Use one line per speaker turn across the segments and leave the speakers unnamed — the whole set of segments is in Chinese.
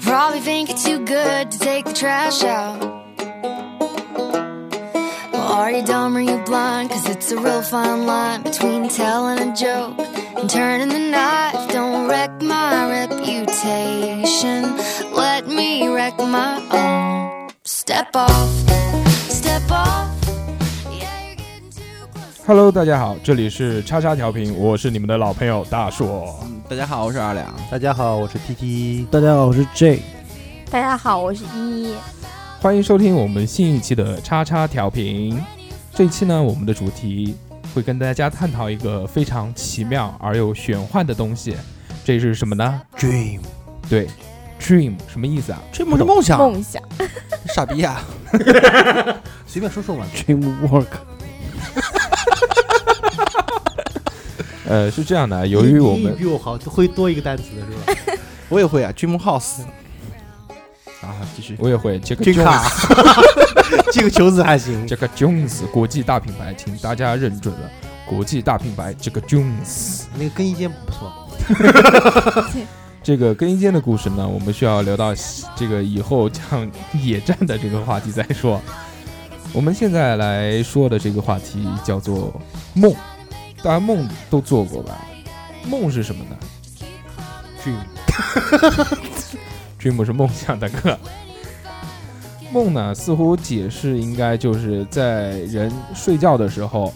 probably think it's too good to take the trash out. Well, are you dumb or you blind? Cause it's a real fine line between telling a joke and turning the knife. Don't wreck my reputation. Let me wreck my own. Step off, step off. Yeah, you're getting too close.
Hello，大家好，这里是叉叉调频，我是你们的老朋友大硕。
大家好，我是二两。
大家好，我是 T T。
大家好，我是 J。
大家好，我是依依。
欢迎收听我们新一期的叉叉调频。这一期呢，我们的主题会跟大家探讨一个非常奇妙而又玄幻的东西，这是什么呢？
Dream，
对，dream 什么意思啊？
追梦是梦想，
梦想，
傻逼啊 呀！
随便说说嘛。
Dreamwork，
呃，是这样的，由于我
你
们
比我好，会多一个单词是吧？
我也会啊，Dream House。啊，继续。
我也会杰克
这个
Jones，
这个球子还行
杰。克 Jones 国际大品牌，请大家认准了，国际大品牌杰克 Jones。
那个更衣间不错，
这个更衣间的故事呢，我们需要留到这个以后讲野战的这个话题再说。我们现在来说的这个话题叫做梦，大家梦都做过吧？梦是什么呢？dream，dream 是梦想的歌。梦呢，似乎解释应该就是在人睡觉的时候，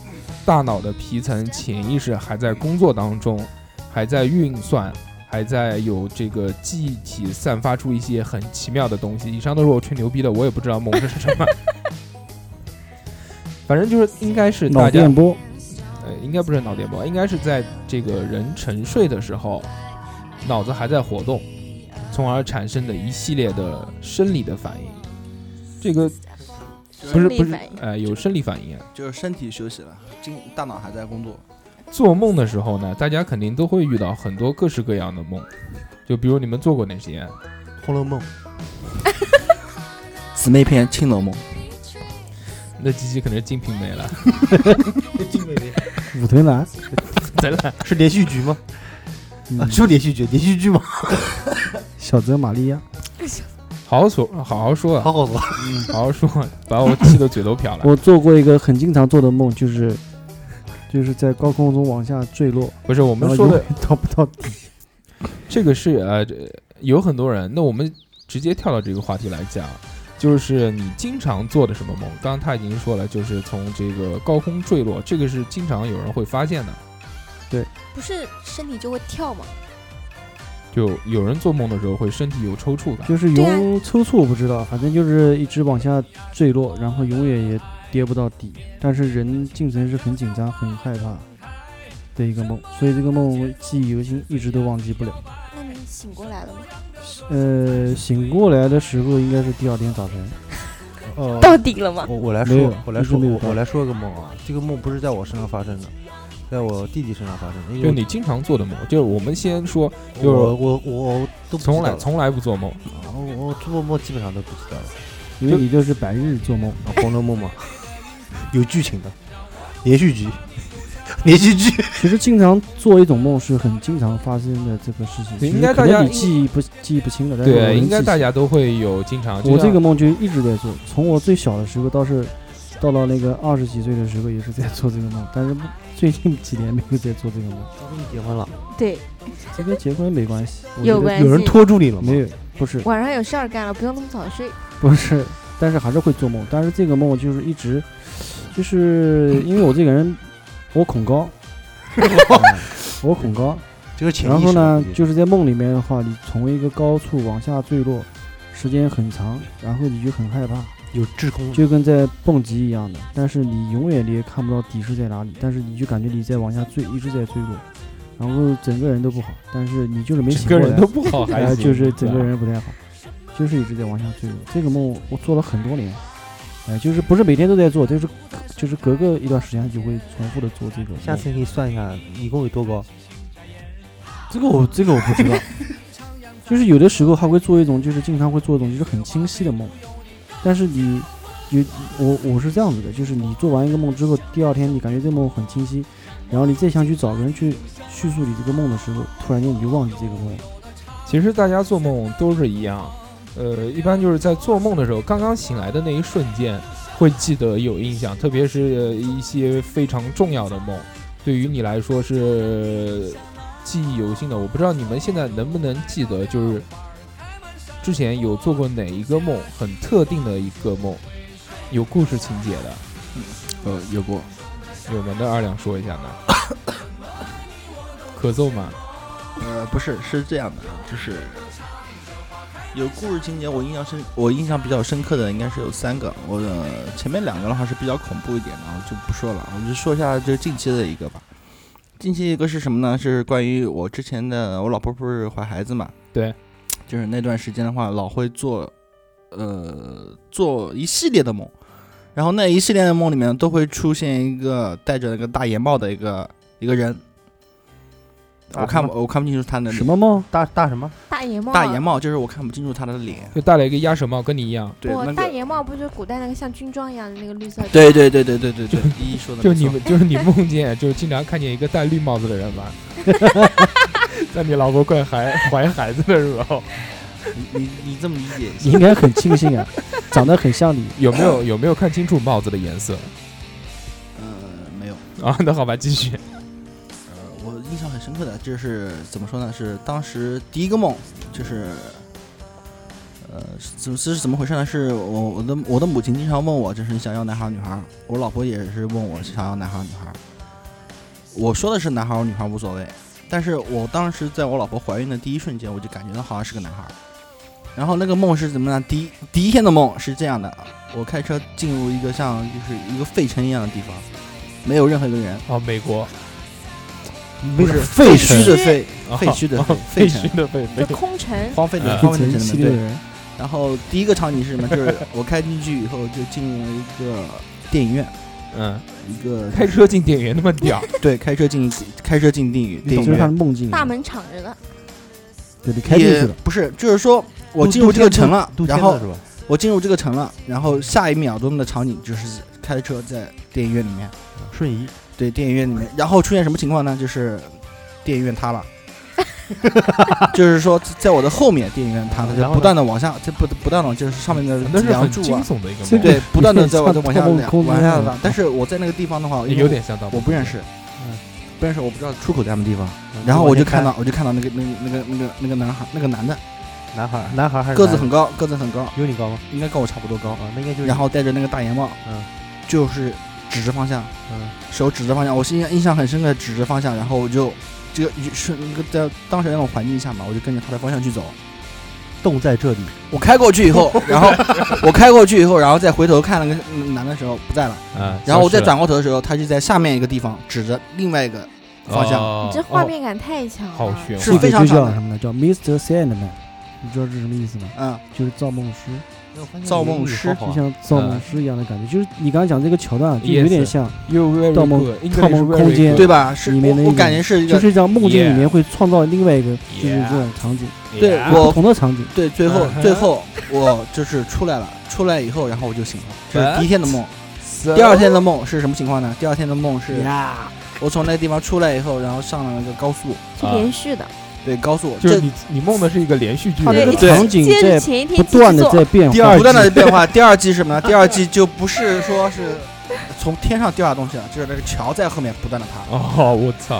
大脑的皮层潜意识还在工作当中，还在运算，还在有这个记忆体散发出一些很奇妙的东西。以上都是我吹牛逼的，我也不知道梦是什么。反正就是应该是
脑
大家
电波，
呃，应该不是脑电波，应该是在这个人沉睡的时候，脑子还在活动，从而产生的一系列的生理的反应。这个不是
生理
不是
反应，
呃，有生理反应啊。
就是身体休息了，精大脑还在工作。
做梦的时候呢，大家肯定都会遇到很多各式各样的梦，就比如你们做过哪些？
《红楼梦》
姊妹篇《青楼梦》，
那鸡鸡肯定是《金瓶梅》了，
武藤兰，
真的。
是连续剧吗？
嗯
啊，是连续剧，连续剧吗？
小泽玛利亚，
好好说，好好说，啊，
好好说，
好好说，把我气得嘴都瓢了。
我做过一个很经常做的梦，就是就是在高空中往下坠落，
不是我
然
们
后
说
永
的
远到不到 底。
这个是呃，这有很多人。那我们直接跳到这个话题来讲，就是你经常做的什么梦？刚刚他已经说了，就是从这个高空坠落，这个是经常有人会发现的。
不是身体就会跳吗？
就有人做梦的时候会身体有抽搐感，
就是
对啊
永抽搐，我不知道，反正就是一直往下坠落，然后永远也跌不到底。但是人精神是很紧张、很害怕的一个梦，所以这个梦我记忆犹新，一直都忘记不了。
那你醒过来了吗？
呃，醒过来的时候应该是第二天早晨，
哦
到底了吗？
我我来
没有
说，我来说，
一直没有
我我来说个梦啊。这个梦不是在我身上发生的，在我弟弟身上发生的。因
就
为
你经常做的梦。就是我们先说，就是
我我我我都不知道
从来
了
从来不做梦，
啊我我做梦基本上都不知道了。
因为你就是白日做梦。
啊《红楼梦》嘛， 有剧情的，连续剧， 连续剧。
其实经常做一种梦是很经常发生的这个事情，
对
只是
应该
可
大家
能你记忆不记忆不清了，但是我能
对，应该
记起
大家都会有经常。就
我
像
这个梦就一直在做，从我最小的时候到是到了那个二十几岁的时候也是在做这个梦，但是不最近几年没有在做这个梦，
你结婚了？
对，
这跟结婚没关系，我
有
觉得
关系
有人拖住你了吗？
没有，不是
晚上有事儿干了，不用那么早睡。
不是，但是还是会做梦，但是这个梦就是一直就是因为我这个人我 恐高，嗯我恐高，
这个潜意
然
识。啊
后呢，
是
就是在梦里面的话，你从一个高处往下坠落，时间很长，然后你就很害怕，
有制空，
就跟在蹦极一样的。但是你永远你也看不到底是在哪里，但是你就感觉你在往下坠，一直在坠落，然后整个人都不好，但是你就是没
整
醒
个
过
人
来
都，不 好，还
哎，
行
就是整个人不太好，就是一直在往下坠落。这个梦我做了很多年，哎，就是不是每天都在做，就是就是隔个一段时间就会重复的做这个梦。
下次你可以算一下，一共有多高？
这个我这个我不知道，就是有的时候还会做一种，就是经常会做一种就是很清晰的梦，但是你有我我是这样子的，就是你做完一个梦之后，第二天你感觉这个梦很清晰，然后你再想去找个人去叙述你这个梦的时候，突然间你就忘记这个梦了。
其实大家做梦都是一样，呃，一般就是在做梦的时候，刚刚醒来的那一瞬间，会记得有印象，特别是呃一些非常重要的梦，对于你来说是记忆犹新的。我不知道你们现在能不能记得，就是之前有做过哪一个梦，很特定的一个梦，有故事情节的，
呃，有过，
有没的二两说一下呢？ 咳嗽嘛，
呃，不是，是这样的，啊就是有故事情节，我印象深，我印象比较深刻的应该是有三个，我的前面两个的话是比较恐怖一点的，啊我就不说了，我就说一下这近期的一个吧。近期一个是什么呢？是关于我之前的，我老婆不是怀孩子嘛，
对，
就是那段时间的话，老会做，呃，做一系列的梦，然后那一系列的梦里面都会出现一个戴着那个大檐帽的一个一个人，我看不我看不清楚他的
什么梦？
大大什么？
大檐帽，啊
大檐帽，就是我看不清楚他的脸，
就戴了一个鸭舌帽，跟你一样，
对，
不
那
大
个，
檐帽不就是古代那个像军装一样的那个绿色？
对对对对对对对，一一说的
就
没
你
错，
们，就是你梦见，就是经常看见一个戴绿帽子的人 吧，在你老婆快怀怀孩子的时 候，
你你你这么理解一
你
下，
应该很庆幸啊， 长得很像你。
有没有有没有看清楚帽子的颜色
呃，没有。
啊？那好吧，继续。
呃，我印象很深刻的就是怎么说呢？是当时第一个梦，就是，呃，是怎这是怎么回事呢？是我我的我的母亲经常问我，就是你想要男孩儿女孩儿？我老婆也是问我想要男孩儿女孩儿。我说的是男孩儿女孩儿无所谓，但是我当时在我老婆怀孕的第一瞬间，我就感觉到好像是个男孩儿。然后那个梦是怎么呢？第一第一天的梦是这样的：我开车进入一个像就是一个废城一样的地方，没有任何一个人，
啊，美国
不
是
废
墟
城
的废，
啊
废墟的
啊
废
废
城
墟的废
就
废
空城，
荒废的
嗯
荒废的
一
城
系
门
列的
对。
人，
然后第一个场景是什么？就是我开进去以后就进入了一个电影院，
嗯，
一个
开车进电影院那么 屌，
对开车进开车进电影
这
电
就
影
是他的
院，
梦境。啊
大门敞着的，
对，你开进去
也
了，
不是，就是说我进入这个城了
都，
然后
是吧？
我进入这个城了，然后下一秒钟的场景就是开车在电影院里面，
瞬移，
对电影院里面，然后出现什么情况呢？就是电影院塌了。就是说，在我的后面，电影院塌了，
然
就
后呢
不断的往下，就不不断的就是上面的
那是
梁
很
柱
惊
啊，
悚的一个
这
梦，
个
对，不断的在往
像
往下
盗梦
拉
空
往
间
下
一
拉
样。
但是我在那个地方的话，因为
有点像盗
我
梦
不认识，
嗯
不认识，我不知道出口在什么地方。然后我就看到，我就看到那个那个那个那个那个男孩，那个男的
男孩儿，男孩儿还是
个子
男
很
的
高，个子很高，
有你高吗？
应该跟我差不多高，
啊，那应该就是
然后戴着那个大檐帽，
嗯，
就是指着方向，
嗯，
手指着方向，我印象印象很深刻，指着方向，然后我就这个是那个在当时那种环境下嘛，我就跟着他的方向去走。
洞在这里，
我开过去以 后，然后我开过去以后，然后再回头看那个男的时候不在了。
啊。
然后我再
消失了
转过头的时候，他就在下面一个地方指着另外一个方向，
哦
你这画面感啊太强了。
好玄
是
这
幻，
个
非
就
常长
叫
的
什么呢？叫 Mr. Sandman，你知道这是什么意思吗？
嗯，
就是造梦师，
造梦师
就像造梦师一样的感觉。就是你刚刚讲这个桥段，啊就有
Yes
点像，
又 very
盗梦
good，
盗梦
English very
空间
good
对吧？是
里面的
我
一
我
个
感觉是一
就
个
是像梦境
Yeah
里面会创造另外一个，就是
Yeah
这种场景。
对
Yeah
我
不同的场景，
对，最后
嗯哼
最后我就是出来了，出来以后然后我就 醒了，这是
But-
第一天的梦。
So-
第二天的梦是什么情况呢？第二天的梦是
呀，
我从那个地方出来以后，然后上了那个高速，
是连续的，
对高速，
就是
这
你你梦的是一个连续剧，
它这个
对
场景
接着
在
前一天
不断的
继续做
在变
第二
化。
不断的变化。第二季是什么呢？第二季就不是说是从天上掉下东西了，就是那个桥在后面不断的爬。
哦，我操，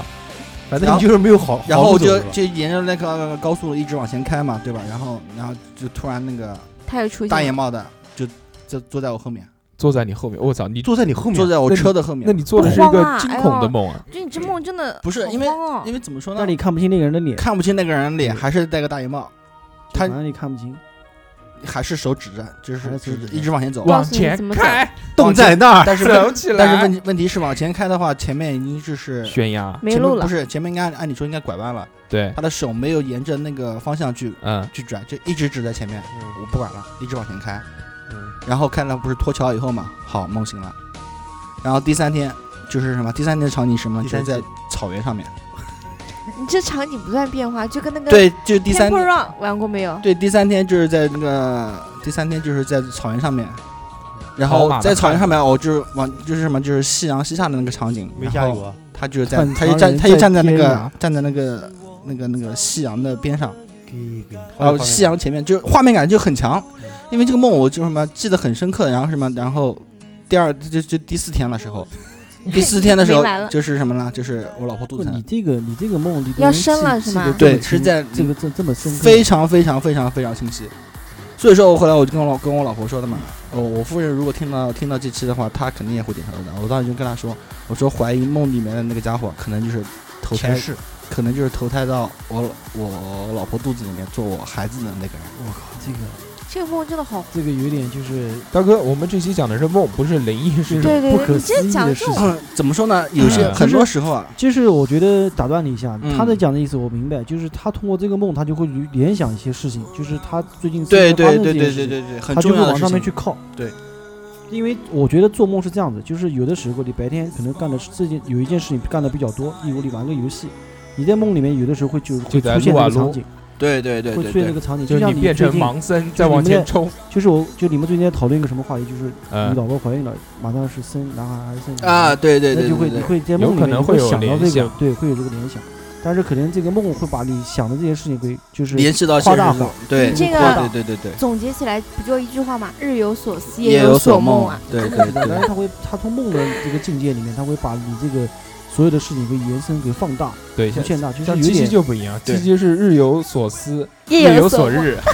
然
反正
后
你就是没有好，
然后
好
我
路走
就是
吧
就沿着那个高速一直往前开嘛，对吧？然后然后就突然那个
他又出现
大眼
了
帽的就就坐在我后面，
坐在你后面，我操，你
坐在你后面，
坐在我
那你
车的后面
那。你做的是一
不
个
慌啊
惊恐的梦啊，
就你这梦真的
不是
好
因为
慌哦
因为怎么说呢
但？你看不清那个人的脸，
看不清那个人的脸，还是戴个大檐帽，他
反正你看不清。
还是手指着，就是
还是手指着
一直往前走。
哇
往前开，
洞在 那儿，
但是
走
问
起来，
但是问题问题是往前开的话，前面已经就是
悬崖，
没
前面
路了
不，是前面应该按理说应该拐弯了，
对，
他的手没有沿着那个方向去
嗯，
去转，就一直指在前面。
嗯
我不管了，一直往前开。
嗯
然后看到不是脱桥以后嘛，好梦醒了。然后第三天就是什么？第三天的场景是什么？
第
就是
三
在草原上面。
你这场景不断变化，就跟那个
对，就第
Temple
三
Run 玩过没有？
对第三天就是在那个第三天就是在草原上面，然
跑
后
马的
在草原上面，我就是往就是什么就是夕阳西下的那个场景，
没
然
加
后
油啊，
他就是在
看
他就
唐
站
人
他就
在
站在那
天
个
涯
站在那个那个那个夕阳的边上，
给给，
然后夕阳前面就是画面感就很强，因为这个梦我就什么记得很深刻，然后什么，然后第二就就第四天的 时候，第四天的时候
明白了
就是什么呢？就是我老婆肚
不，
子
哦你
疼，
这个你这个梦里
要生了是吗
对是在
这个这这么深刻，
非常非常非常非常清晰。所以说我后来我就跟我老跟我老婆说的嘛，我我夫人如果听到听到这期的话，她肯定也会点头的。我当时就跟她说，我说怀疑梦里面的那个家伙可能就是投
前
胎，
世，
可能就是投胎到我我老婆肚子里面做我孩子的那个人。
我靠，这个
这个梦真的好，
这个有点就是
大哥，我们这期讲的是梦，不是灵异事
对
件。
对
不
对，
可
你
思
这
议
讲
的
这
事
种
情。
嗯， 怎么说呢？有些
嗯
很多时候啊，
就是我觉得打断你一下，
嗯
他在讲的意思我明白，就是他通过这个梦，他就会联想一些事情，就是他最近
对
自己发
对
生
对
的这件
对
事情
对对对，很
他就
重
会
要的
往
事
上面
情
去靠。
对，
因为我觉得做梦是这样子，就是有的时候你白天可能干的是这件有一件事情干的比较多，例如你玩个游戏，你在梦里面有的时候会就会
就在
出现
撸啊
这个场
撸
景，
对对对
会
对
出现这
对，
个场景，
就是
像
你变
最
成
近，
盲僧，再往前冲。
就是我就你们最近在讨论一个什么话题，就是呃你
嗯，
老婆怀孕了，马上是生男孩还是生女孩
啊，，对对
那
对
就
对
会你
对，
会在
有
梦里
可
面
能
你
会有
想到
联
这个
想，
对，会有这个联想，但是可能这个梦会把你想的这些事情给就是
联系到现
夸
实
大
中
化，
对
这
对
个
对对对对，
总结起来不就一句话嘛，日有所思，
夜
有
所
梦
啊
啊。，
对对
是的，但
对
是他会，他从梦的这个境界里面，他会把你这个所有的事情给延伸、给放大、
对，
无
像
限大，就是
像
有
七七
点
就不一样，
对
七七是日有所思，
夜
有
所梦
日。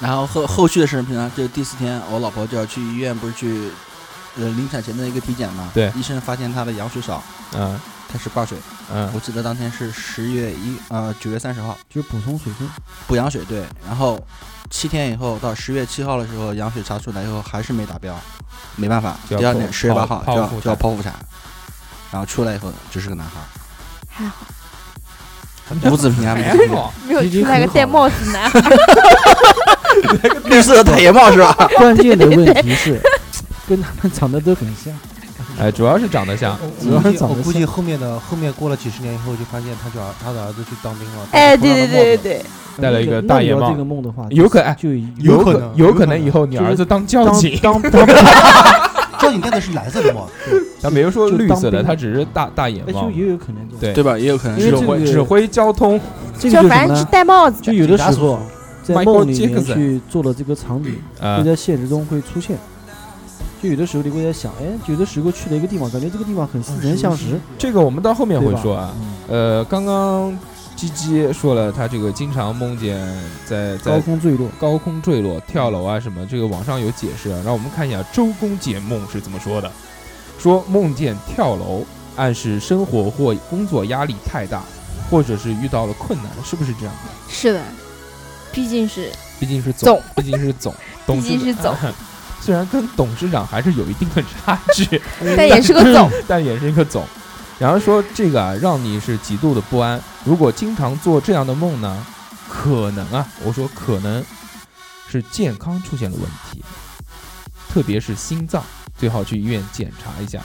然后后后续的视频呢，就第四天我老婆就要去医院，不是去呃临产前的一个体检嘛，
对
医生发现她的羊水少，
嗯
开始挂水，
嗯，
我记得当天是十月一呃九月三十号
就是补充水分。
补羊水，对，然后七天以后到十月七号的时候羊水查出来以后还是没达标，没办法，
就要
第二天
剖
十月八号
剖
就要
剖腹
就
产
要剖腹产，然后出来以后就是个男孩，
还好
母子平安，母
还
子平安。
好，
没有
已经
出来
很
个戴
好
帽子的 男孩。
绿色的大爷帽是吧？
关键的问题是，跟他们长得都很像，
哎，主要是长得像，
哦
主要是长
我
得
估
像
计。后面的后面过了几十年以后，就发现他就儿他的儿子去当兵了。
哎，
他头
对
上的
对对
帽子
对
戴了一个大
那
眼
聊
帽
这个梦的话，
有可能
就
有可
可
能
有
有
可
可
能
能
以后你
就是
儿子当交
当
警，
当当，
叫你戴的是蓝色的 帽，子，
咱别说
就
绿
当
色的，
兵嗯
他只是大大眼
那
帽
哎就，也有可能这种。
对
对吧？也有可能
因为
是
指
这
挥
个
指挥交通，
这个
就
就是什
反
么
正是
呢？
戴帽子
就
的。
有的时候在
Michael
梦里面
Jackson
去做了这个场景，
啊
会，在现实中会出现。就有的时候你会在想，哎，有的时候去了一个地方，感觉这个地方很似曾相识，
这个我们到后面
对
会
吧
说啊。
嗯
呃，刚刚鸡鸡说了，他这个经常梦见在
高
在
空坠落，
高空坠落、跳楼啊什么，这个网上有解释啊。让我们看一下周公解梦是怎么说的：说梦见跳楼，暗示生活或工作压力太大，或者是遇到了困难，是不是这样？
是的，毕竟是
毕竟是总，
总
毕竟是 总，董事
毕竟是总，
虽然跟董事长还是有一定的差距，
但也是个 总。
但也是一个总。然后说这个啊，让你是极度的不安。如果经常做这样的梦呢，可能啊，我说可能是健康出现了问题，特别是心脏，最好去医院检查一下。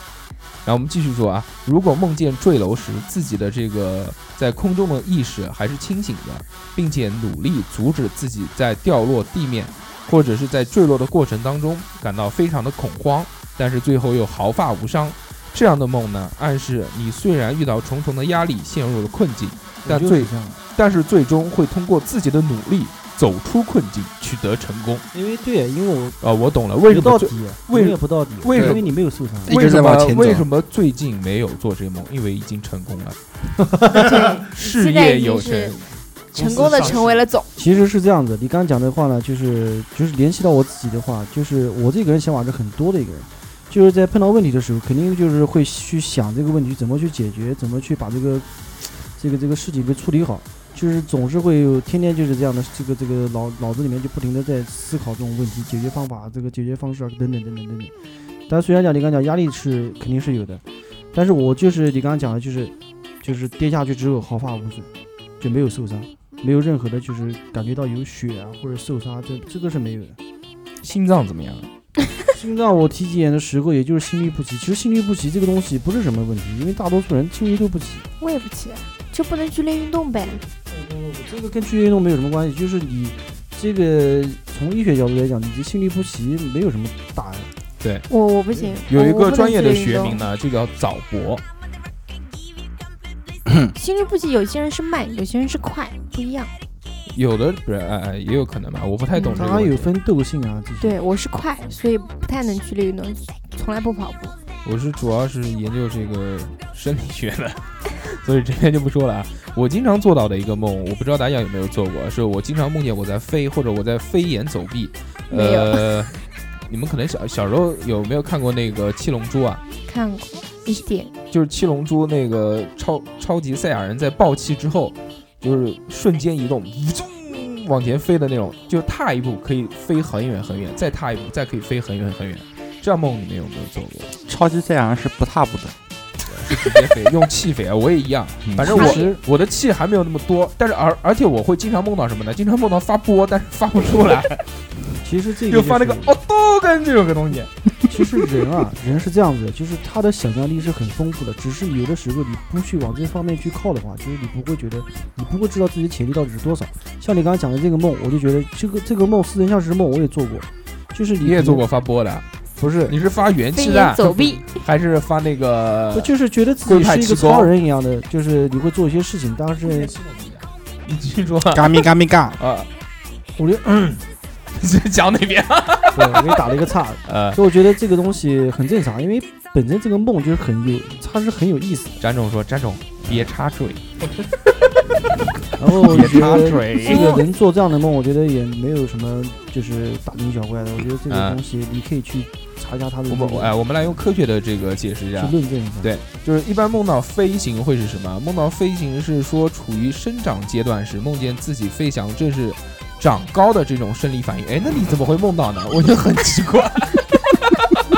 然后我们继续说啊，如果梦见坠楼时，自己的这个在空中的意识还是清醒的，并且努力阻止自己在掉落地面或者是在坠落的过程当中感到非常的恐慌，但是最后又毫发无伤，这样的梦呢，暗示你虽然遇到重重的压力，陷入了困境，但
就
最
嗯
是这样的。
但是最终会通过自己的努力走出困境，取得成功。
因为对，因为我
啊，我懂了，为什
不
么
到
最
底，
为
永远不到底，
为
因
什
为你没有受伤，
一
为
直
什
在往前
么
走
为什么最近没有做这个梦？因为已经成功了， 事
现在
业
已
有
经
成。
是成功的成为了总。
其实是这样子，你刚刚讲的话呢，就是就是联系到我自己的话，就是我这个人想法是很多的一个人，就是在碰到问题的时候，肯定就是会去想这个问题怎么去解决，怎么去把这个这个这个事情给处理好，就是总是会有天天就是这样的，这个这个脑脑子里面就不停的在思考这种问题、解决方法、这个解决方式啊等等等等等等。但虽然讲你刚刚讲压力是肯定是有的，但是我就是你刚刚讲的，就是就是跌下去之后毫发无损，就没有受伤。没有任何的，就是感觉到有血啊或者受伤啊，这这个是没有的。
心脏怎么样？
心脏我体检的时候，也就是心律不齐。其实心律不齐这个东西不是什么问题，因为大多数人心律都不齐，
我也不起来，就不能剧烈运动呗。
这个跟剧烈运动没有什么关系。就是你这个从医学角度来讲，你这心律不齐没有什么大碍。
我我不行，
有一
我我不
个
能
专业的
剧烈运
学
动
名呢，就叫早搏。
心律不齐，有些人是慢，有些人是快，不一样。
有的不是，哎哎，也有可能吧，我不太懂
嗯
这个
它
问题。
有分斗性啊这些。
对，我是快，所以不太能剧烈运动，从来不跑步。
我是主要是研究这个生理学的， 所以这边就不说了啊。我经常做到的一个梦，我不知道大家有没有做过，是我经常梦见我在飞，或者我在飞檐走壁。
没有
呃，你们可能小小时候有没有看过那个《七龙珠》啊？
看过一点，
就是七龙珠那个超超级赛亚人在爆气之后，就是瞬间移动，嗡往前飞的那种，就踏一步可以飞很远很远，再踏一步再可以飞很远很远。这样梦你们有没有做过？
超级赛亚人是不踏步的，
是直接飞，用气飞啊！我也一样，
嗯
反正
他
我我的气还没有那么多，但是而而且我会经常梦到什么呢？经常梦到发波，但是发不出来，
其实这个
就发那个
是
哦都跟这种个东西。
其实人啊，人是这样子的，就是他的想象力是很丰富的，只是有的时候你不去往这方面去靠的话，就是你不会觉得，你不会知道自己的潜力到底是多少。像你刚刚讲的这个梦，我就觉得这个这个梦似曾相识的梦我也做过，就是你
你也
可能
做过，发波的？啊
不是，
你是啊发元
飞
气
檐
弹，
走壁，
还是发那
我
个？
就是觉得自己是一
龟派气
个
功
超人一样的，就是你会做一些事情。当时
你继续说啊
嘎咪嘎咪嘎，
啊！
我就
讲哪边？
对，我给打了一个岔，
呃，
所以我觉得这个东西很正常，因为本身这个梦就是很有，它是很有意思的。
詹总说，詹总别插嘴，
然后我
别
觉
插
得
嘴
这。个能做这样的梦，我觉得也没有什么就是大惊小怪的。我觉得这个东西你可以去查一下它的
嗯我
这
们
个，
哎，我们来用科学的这个解释一下
去。论证一下。
对就是一般梦到飞行会是什么？梦到飞行是说处于生长阶段时，梦见自己飞翔，这是长高的这种生理反应。哎，那你怎么会梦到呢？我觉得很奇怪。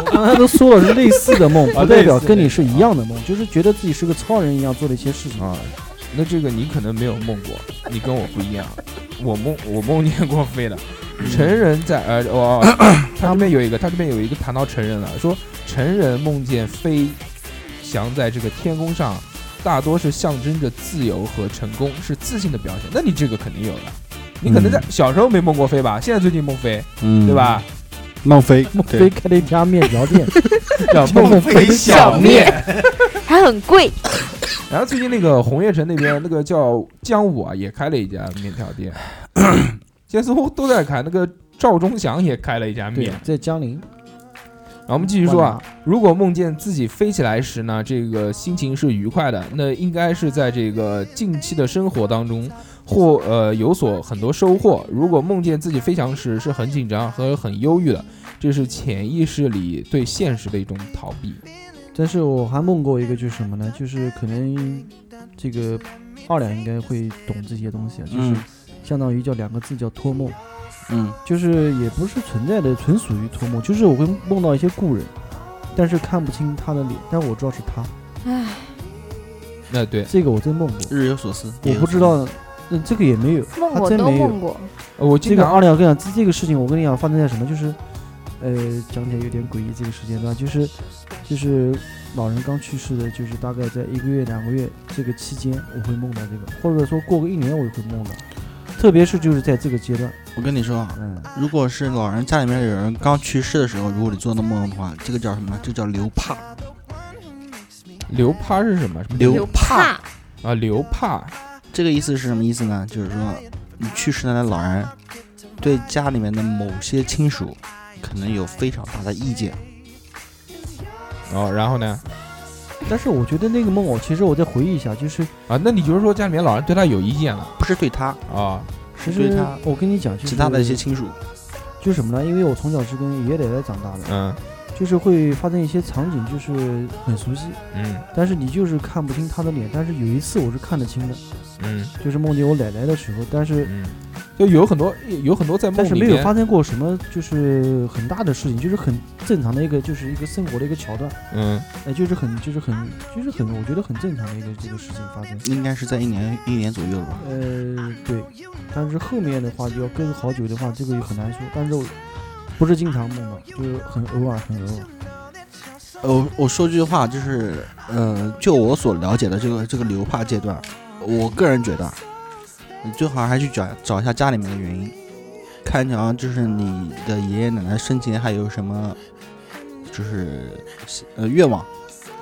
刚才都说了是类似的 梦，
啊
不代
类
表
似
跟你是一样的梦，就是觉得自己是个超人一样做了一些事情。
啊，那这个你可能没有梦过，你跟我不一样。我梦我梦见过飞的， 成人在呃哦，他这边有一个，他这边有一个谈到成人了，说成人梦见飞翔在这个天空上，大多是象征着自由和成功，是自信的表现。那你这个肯定有的，你可能在小时候没梦过飞吧，现在最近梦飞，
嗯
对？吧？
孟非，
梦
对
飞开了一家面条店，
叫梦飞小面。
还很贵。
然后最近那个红叶城那边那个叫江武啊，也开了一家面条 店，现在似乎都在开。那个赵忠祥也开了一家
对
面。，
在江陵。
然后我们继续说啊，，如果梦见自己飞起来时呢，这个心情是愉快的，那应该是在这个近期的生活当中或呃有所很多收获。如果梦见自己飞翔时是很紧张和很忧郁的，这是潜意识里对现实的一种逃避。
但是我还梦过一个，就是什么呢？就是可能这个二两应该会懂这些东西啊，就是
嗯
相当于叫两个字叫托梦，
嗯，
就是也不是存在的，纯属于托梦，就是我会梦到一些故人，但是看不清他的脸，但我知道是他，
唉，
那对，
这个我真梦过，
日有所思，
我不知道，嗯，这个也没有，
梦
他
我
真
都
没有
梦过，
呃我
这
经
个
常
二两，我跟你讲，这这个事情我跟你讲发生在什么，就是，呃，讲起来有点诡异，这个时间段就是，就是老人刚去世的，就是大概在一个月两个月这个期间，我会梦到这个，或者说过个一年我也会梦到，特别是就是在这个阶段，
我跟你说啊，
嗯，
如果是老人家里面有人刚去世的时候，如果你做那梦的话，这个叫什么呢？这个叫留帕。
流趴是什么？什么
流
怕
啊流趴。
这个意思是什么意思呢？就是说，你去世的老人对家里面的某些亲属可能有非常大的意见。
哦，然后呢？
但是我觉得那个梦我其实我再回忆一下，就是
啊，那你就是说家里面老人对他有意见了
不是对他，
啊？
其
对
实
他
我跟你讲，就是
其他的一些亲属。
就是什么呢？因为我从小是跟爷爷奶奶长大的，
嗯
就是会发生一些场景，就是很熟悉，
嗯
但是你就是看不清他的脸，但是有一次我是看得清的。
嗯
就是梦见我奶奶的时候，但是
嗯，就有很多有很多在梦
但是
里
没有
面，
发生过什么就是很大的事情，就是很正常的一个就是一个生活的一个桥段，
嗯，
哎，就是很就是很就是很我觉得很正常的一个这个事情发生。
应该是在一年一年左右吧。
呃，对，但是后面的话要跟好久的话，这个也很难说。但是我不是经常梦到，就是很偶尔，很 偶尔。
呃，我我说句话，就是，呃，就我所了解的这个这个流帕阶段，我个人觉得，你最好还去找找一下家里面的原因，看一下就是你的爷爷奶奶生前还有什么，就是呃愿望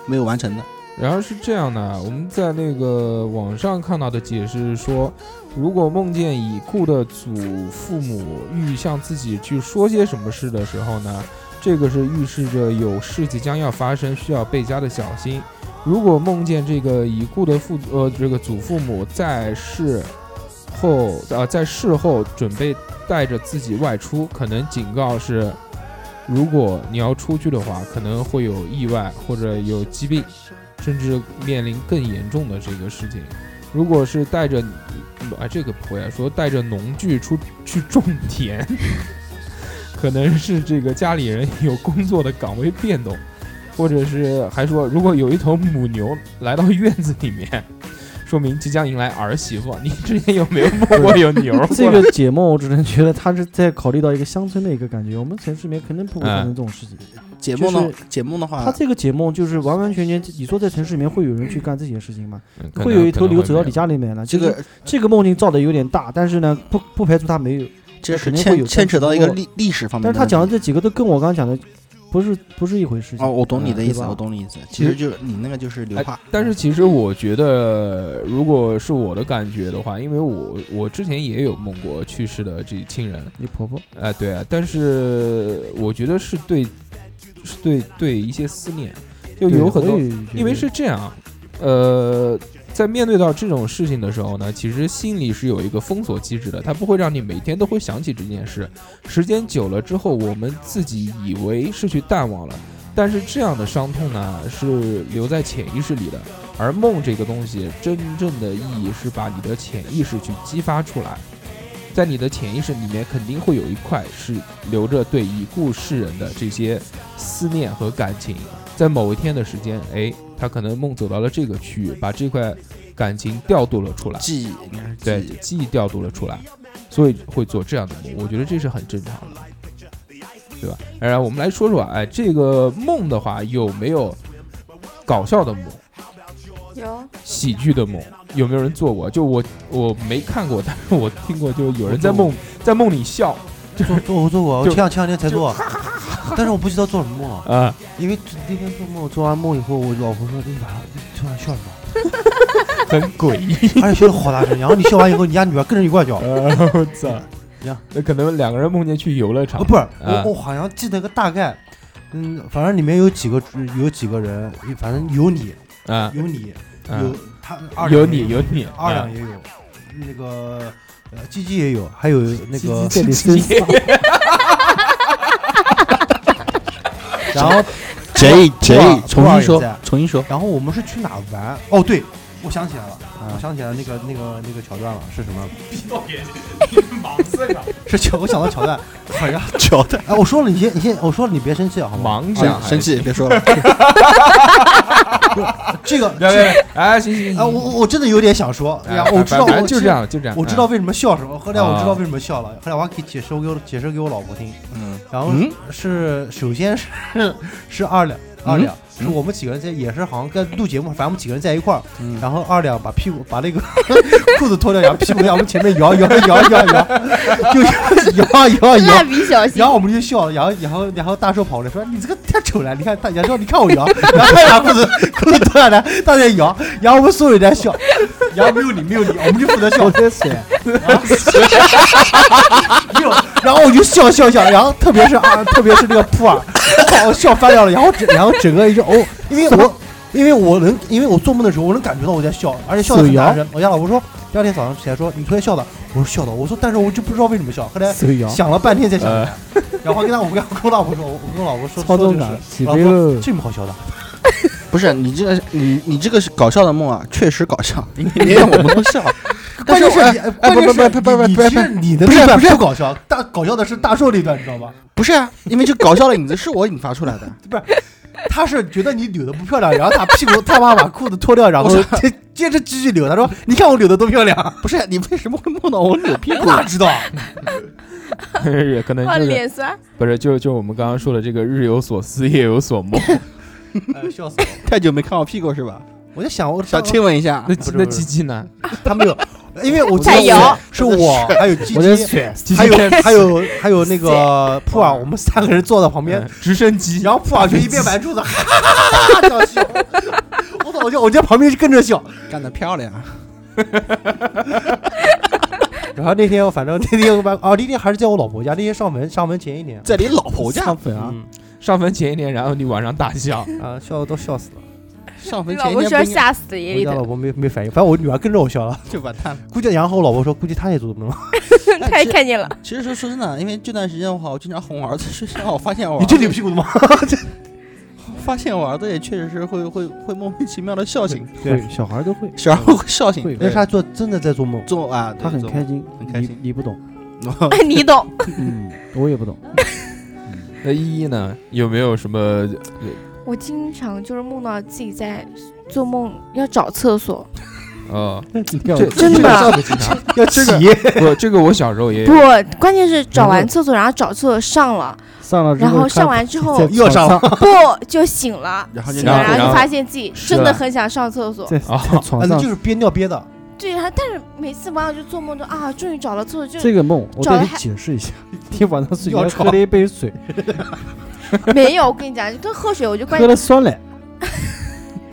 没有完成的，
然后是这样的，我们在那个网上看到的解释是说，如果梦见已故的祖父母欲向自己去说些什么事的时候呢，这个是预示着有事即将要发生，需要倍加的小心。如果梦见这个已故的父呃这个祖父母在世后呃在事后准备带着自己外出，可能警告是，如果你要出去的话，可能会有意外或者有疾病。甚至面临更严重的这个事情。如果是带着，啊，这个不会啊，说带着农具出去种田， 可能是这个家里人有工作的岗位变动，或者是还说，如果有一头母牛来到院子里面，说明即将迎来儿媳妇。你之前有没有摸过有牛过来？
这个解梦，我只能觉得他是在考虑到一个乡村的一个感觉，我们城市里面肯定不会发生这种事情。
解梦呢
就？
解梦的
啊
他
话，
这个解梦就是完完全全，你说在城市里面会有人去干这些事情吗？
嗯可能
会有一头牛
可能会
走到
没
你家里面了。
这
就是
个
这个梦境造的有点大，但是呢，不不排除他没有。
嗯
这是
肯定会
牵
有
牵扯到一个
但是
历历史方面
但
的
是他
问题。
讲的这几个都跟我刚刚讲的不是不是一回事情。
哦，我懂你的
嗯
意
对
思，
吧
我懂你意思。其实就是你那个就是啊流
哎
派，，
但是其实我觉得，如果是我的感觉的话，因为我我之前也有梦过去世的这亲人，
你婆婆
哎、对啊，但是我觉得是对，是对对一些思念，就有很多，，因为是这样，啊呃，在面对到这种事情的时候呢，其实心里是有一个封锁机制的，它不会让你每天都会想起这件事。时间久了之后，我们自己以为是去淡忘了，但是这样的伤痛呢，是留在潜意识里的。而梦这个东西，真正的意义是把你的潜意识去激发出来。在你的潜意识里面，肯定会有一块是留着对已故世人的这些思念和感情。在某一天的时间，哎，他可能梦走到了这个区域，把这块感情调度了出来，
记忆应该是
对
记忆。，
记忆调度了出来，所以会做这样的梦，我觉得这是很正常的，对吧？然后我们来说说，哎，这个梦的话有没有搞笑的梦？
有
喜剧的梦有没有人做过？就我我没看过，但是我听过，就有人在梦在梦里笑
做做我做过，我
就
前两前两天才做，但是我不知道做什么梦了，
啊，
因为那天做梦，做完梦以后，我老婆说你晚上突然笑什么，
很诡 异。
而且笑的好大声，然后你笑完以后，你家女儿跟着一块
啊
笑。
呃我操
呀！
那可能两个人梦见去游乐场
哦，，不是，
啊
我我好像记得个大概，嗯，反正里面有几个有几个人，反正有你，
啊，
有你，
啊
有他二
有
两也
你有你
二
啊
两也有，那个呃鸡鸡也有，还有那个，
这里身上
然后
，J
普洱
J，
普
哎重
洱
新
也
说
在，
重新 说，
然后我们是去哪玩？哦，对，我想起来了，
嗯
我想起来那个那个那个桥段了，是什么？是桥，我想到桥段， 好呀，
乔 的，
哎，我说了，你先你先，我说了，你别生气啊好 吗？
盲
哎
想还
生
是，
气，别 说了。
这个，
别别别，哎，行行行，
哎，我我我真的有点想说，哎呀
哎，
我知道，
反反
我
正就这，样就这样，嗯
我知道为什么笑什么，后来我
啊
知道为什么笑了，后来我还可以解释给我解释给我老婆听。
嗯，
然后
嗯
是首先是 是二两，
嗯
二两是我们几个人在也是好像在录节目，反正我们几个人在一块儿，
嗯
然后二两把屁股把那个 裤子脱掉，然后屁股在我们前面摇摇摇摇 摇，就摇摇摇
蜡。笔小新
然，后我们就笑了，然后然后然后大叔跑过来说：“你这个太丑了，你看大杨说你看我摇，然后他俩裤子裤子脱下来，大家摇，然后我们所有人在笑，然后没有你没有你，我们就负责笑，
在水，
没有，然后我就笑笑笑，然后特别是啊，特别是那个普洱，把我笑翻掉了，然后整然后整个一种哦，因为我因为我能因为我做梦的时候我能感觉到我在笑，而且笑的很大声。我家老婆说第二天早上起来说你昨天笑的，我说笑的，我说但是我就不知道为什么 笑，后来
水摇，
想了半天才想起
呃
来，然后跟他我跟我跟我老婆说，我我跟我老婆说
操纵
说
感
这个
起
老
飞
婆
喽
是，这么好笑的，
不是你这个，你你这个是搞笑的梦啊，确实搞笑，也 让我们都笑。但
关
是我
键是你
哎哎
关
不
键
不
是
不不不
你
不
其实
不
你的
不是
那段
不是
不搞笑，大搞笑的是大硕那段，你知道吧？
不是啊，因为这搞笑的你的是我引发出来 的。
他是觉得你扭的不漂亮，然后他屁股他妈把裤子脱掉，然后
我
接接着继续扭。他说：“你看我扭的多漂 亮
不是你为什么会梦到我扭屁！”股？哎
哪知道？
也可能
哦，
就是
脸酸，
不是就就我们刚刚说的这个日有所思夜有所 梦，
哎，笑死我了！
太久没看我屁股是吧？
我在想，我
想亲吻一 下
那。鸡那鸡鸡呢？
他没有，因为我记
太
得
摇
是我还有鸡
我在
鸡，
水，
鸡鸡
还有还有还有那个普洱，我们三个人坐在旁边
嗯，直升机，
然后普洱就一边玩柱子，哈哈哈哈哈哈笑笑。我操！我就我就在旁边就跟着笑。
干得漂亮！
啊
然后那天我反正那天我把啊那天还是在我老婆家，那天上坟上坟前一天
在你老婆家
上坟啊，
嗯，上坟前一天，然后你晚上大笑，
啊笑的都笑死了。
上
你
坟
老
前一
婆
天
是要
不应该
吓死爷
我
爷
家
的，
老婆没没反应，反正我女儿跟着我笑了。
就完蛋了。
估计然后我老婆说，估计她也做梦了。
他也看见了，
其实说说真的，因为这段时间的话，我经常哄我儿子睡觉，我发现我
你
儿
这
子
扭屁股的吗？
发现我儿子也确实是会会会莫名其妙的笑醒，
会，小孩都会，
小孩会笑醒，
会
那是她做真的在做梦。
做啊，对
他很
做
开心，
很开心
你你不懂，
你懂。
嗯，我也不懂。
那依依呢？有没有什么
我经常就是梦到自己在做梦要找厕所，
呃？
这
真
的吗
要
这个
起
不，这个我小时候也
不
有，，
啊
关键是找
然
完
后
厕所，然后找厕所上 了，
上了之
然后上
看
完之后
在
又上
床
不就醒了，
然后就
醒了，
然后
然后
然
就
后
发现自己
是
真的
了
很想上厕所。
在
哦
在
啊，
床
那
上
就是憋尿憋的。
对，然后但是每次晚上就做梦就啊，终于找到厕所，就
这个梦，我
找
对
了
你
还
解释一下。你晚上睡
要
前
吵
喝了一杯水，
没有。我跟你讲，就跟喝水，我就关
喝了酸奶，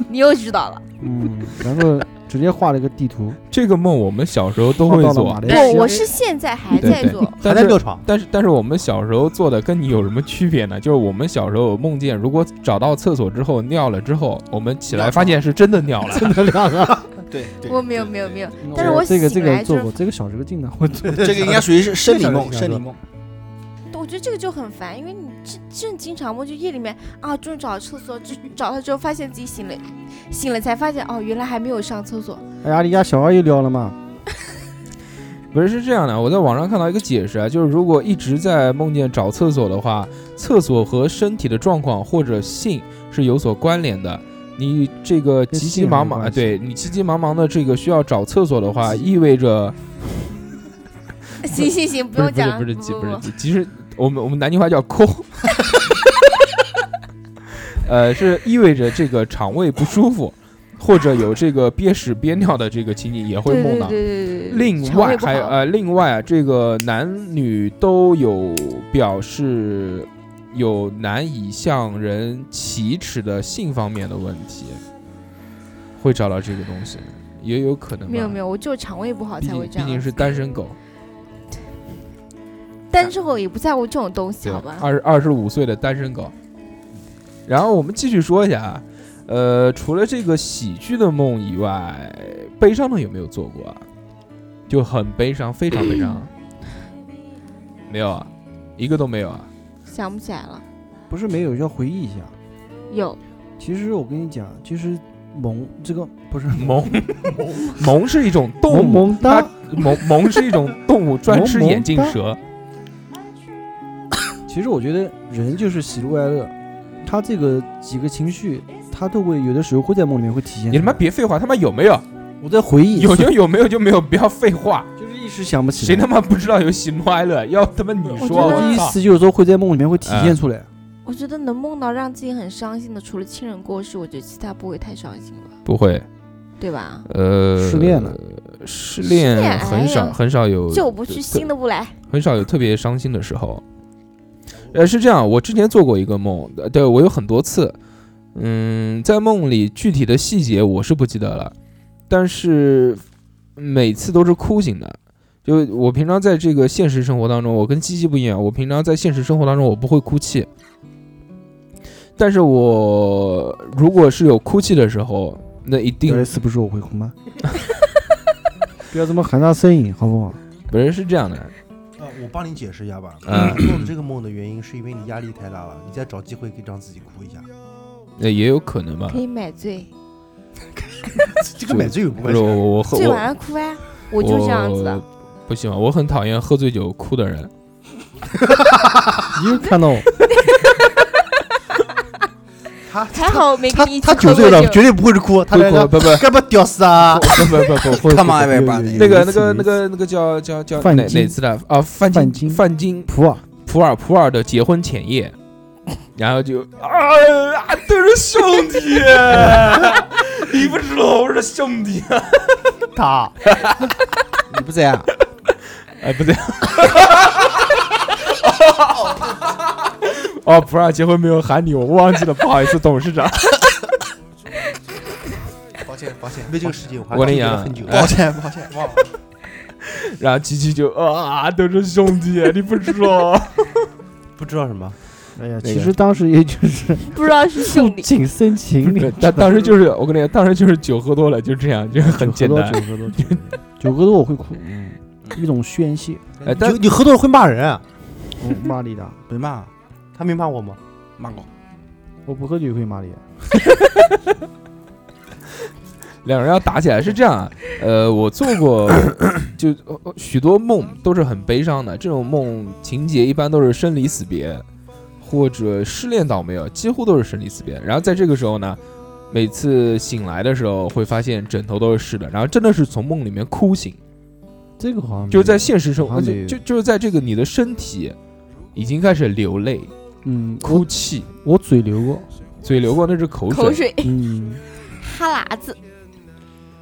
你又知道了。
嗯，然后直接画了一个地图，
这个梦我们小时候都
放
会
哦到了
做
马，来西
不，
亚
我。是现在还
对
在
对
做，
还
但
在
是
尿床，
但是但是我们小时候做的跟你有什么区别呢？就是我们小时候梦见，如果找到厕所之后尿了之后，我们起来发现是真的尿了，
真的亮啊！
对，对
我没有
对
没有没有
对，
但是我
这个
醒
这个
来
做
就
过，这个小时候经常会做。
这个应该属于是生理梦，
这
生
个
理梦。
我觉得这个就很烦，因为你这这经常梦，就夜里面啊，终于找到厕所，就找到之后发现自己醒了，醒了才发现哦，原来还没有上厕所。
哎呀，你家小二又撩了嘛？
不是是这样的，我在网上看到一个解释啊，就是如果一直在梦见找厕所的话，厕所和身体的状况或者性是有所关联的。你这个
跟
急急
性
忙
没
忙，啊，
关系
对你急急忙忙的这个需要找厕所的话，意味着
行行行，
不是
用
不
讲
是
了，
不是急
不
不是
不
急，其实我们我们南京话叫抠， 呃，是意味着这个肠胃不舒服，或者有这个憋屎憋尿的这个情景也会
对
梦
对
到
对。对对对，
另
肠
外
胃不
还有
好
呃，另外啊，这个男女都有表示有难以向人启齿的性方面的问题，会找到这个东西，也有可能吧
没有没有，我就肠胃不好
毕
才
竟
会这
毕
样。
竟是单身狗，嗯
单身狗也不在乎这种东西，
对
好吧，？
二二十五岁的单身狗。然后我们继续说一下啊，呃，除了这个喜剧的梦以外，悲伤的有没有做过啊？就很悲伤，非常悲伤 啊。没有啊，一个都没有啊。
想不起来了。
不是没有，要回忆一下。
有
其实我跟你讲，其实萌这个不是
萌 萌是一种动物，
萌萌
它
哒，
萌萌是一种动物，专吃
萌萌
眼镜
哒
蛇。
其实我觉得人就是喜怒哀乐，他这个几个情绪，他都会有的时候会在梦里面会体现出来。
你他妈别废话，他妈有没有？
我在回忆，
有就有，没有就没有，不要废话。
就是一时想不起
谁
来。
他妈不知道有喜怒哀乐？要他妈你
我觉
说，
得
第
我
一
操！
次有时候会在梦里面会体现出来。
我觉得能梦到让自己很伤心的，除了亲人过世，我觉得其他不会太伤心了，
不会，
对吧？
呃，
失恋了，
失
失
恋
恋哎
很少
呀
很少有，
就不去，新的不来，
很少有特别伤心的时候。呃，是这样，我之前做过一个梦，呃对我有很多次，嗯，在梦里具体的细节我是不记得了，但是每次都是哭醒的。就我平常在这个现实生活当中，我跟鸡鸡不一样，我平常在现实生活当中我不会哭泣，但是我如果是有哭泣的时候，那一定
第一次不是我会哭吗？不要这么含沙射影，好不好？
不是是这样的，
啊，我帮你解释一下吧。
嗯
你做的这个梦的原因是因为你压力太大了，你再找机会可以让自己哭一下。
那也有可能吧
可。以买醉，
这个买醉有
不
关
是
系。
我我喝
醉
呃我呃
完了哭啊，我就是这样子的。，
不喜欢，我很讨厌喝醉酒哭的人。
你又看到我，
他
还好没
他
哎跟你一起
他酒
喝
醉
过
了，
酒
绝对不会是哭，他
不
在那
不不
干嘛屌丝啊？
不不不不不会
Come on
会
everybody，
那个那个那个那个叫叫叫
范
哪
金
哪次的啊？范
范
金
金
范金
普洱，
普洱普洱的结婚前夜，然后就啊啊，都是兄弟，你不知道我是兄弟啊，
他
你不在啊？
哎不对。哦，普洱结婚没有喊你，我忘记了，不好意思，董事长。
歉抱歉，为这个事情我还
我跟你
纠结了
讲
很久。
哎
抱歉抱歉，忘了。
然后琪琪就啊，都是兄弟，你不说，
不知道 什么，
哎呀，
那
其
个
实当时也就是
不知道是兄弟，
仅生情 理，
当当时就是我跟你讲，当时就是酒喝多了，就这样，就很简单
酒。喝多，酒喝多，酒喝多我会哭，一种宣泄，
哎，
你
但
你喝多了会骂人啊，
我骂你的，
别骂，
他没骂我吗？
骂我。
我不喝酒会骂你的。
两人要打起来是这样啊，呃，我做过就呃许多梦都是很悲伤的，这种梦情节一般都是生离死别，或者失恋倒没有，几乎都是生离死别。然后在这个时候呢，每次醒来的时候会发现枕头都是湿的，然后真的是从梦里面哭醒，
这个好像没有
就是在现实生
嗯好
活，
像
就
没有
就就是在这个你的身体已经开始流泪、
嗯，
哭泣，
我嘴流过，
嘴流过那是口
口
水，
水、
嗯，
哈喇子，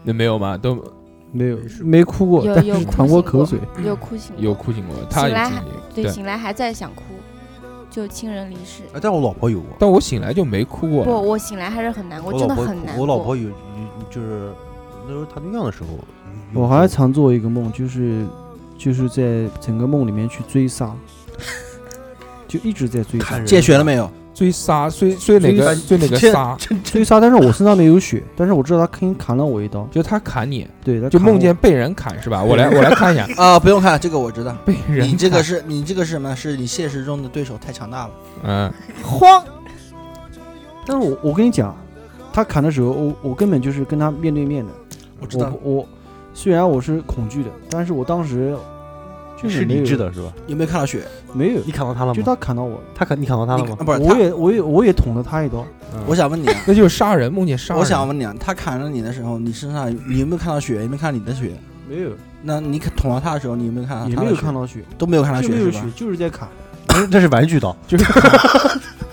那没有吗？都
没有没哭过，
有
但
有
是
哭
淌过
醒
口
过
水，
又哭醒了
有哭醒过，他也
醒来
经
还
历，
对，醒来还在想哭，就亲人离世。
哎，但我老婆有过，
但我醒来就没哭过
不，
了。
我醒来还是很难过，
老
真的
婆
很难
我
过。
老婆有，有就是那时候谈对象的时候，有
我还常做一个梦，就是就是在整个梦里面去追杀，就一直在追
看
杀
人
戒血了没有？
追杀，追追哪个追哪个
这
杀，
追杀，但是我身上没有血，但是我知道他肯定砍了我一刀，
就他砍你，
对，他
就
砍我
梦见被人砍是吧？我来我来 看一下
啊，不用看，这个我知道。
被人砍。
你这个是你这个是什么？是你现实中的对手太强大了。
嗯，
慌，
但是我我跟你讲，他砍的时候，我我根本就是跟他面对面的，
我知
我
道
不我虽然我是恐惧的，但是我当时 就是
是
没有
理智的是吧？
有没有看到血？
没有
你，砍到他了
就
吗？
他砍到我了，
他砍你砍到他
你
了吗？
啊不是
我
他，
也我也我也捅了他一刀，
我想问你啊，
那就是杀人，梦见杀人。
我想问你啊，他砍了你的时候，你身上你有没有看到血？有没有看到你的血？
没有
那你捅到他的时候，你有没有看到？
也没有啊看，到血，
都没有看到
就
血
没有
是
血
吧？
就是在砍，
那那是玩具刀，
就是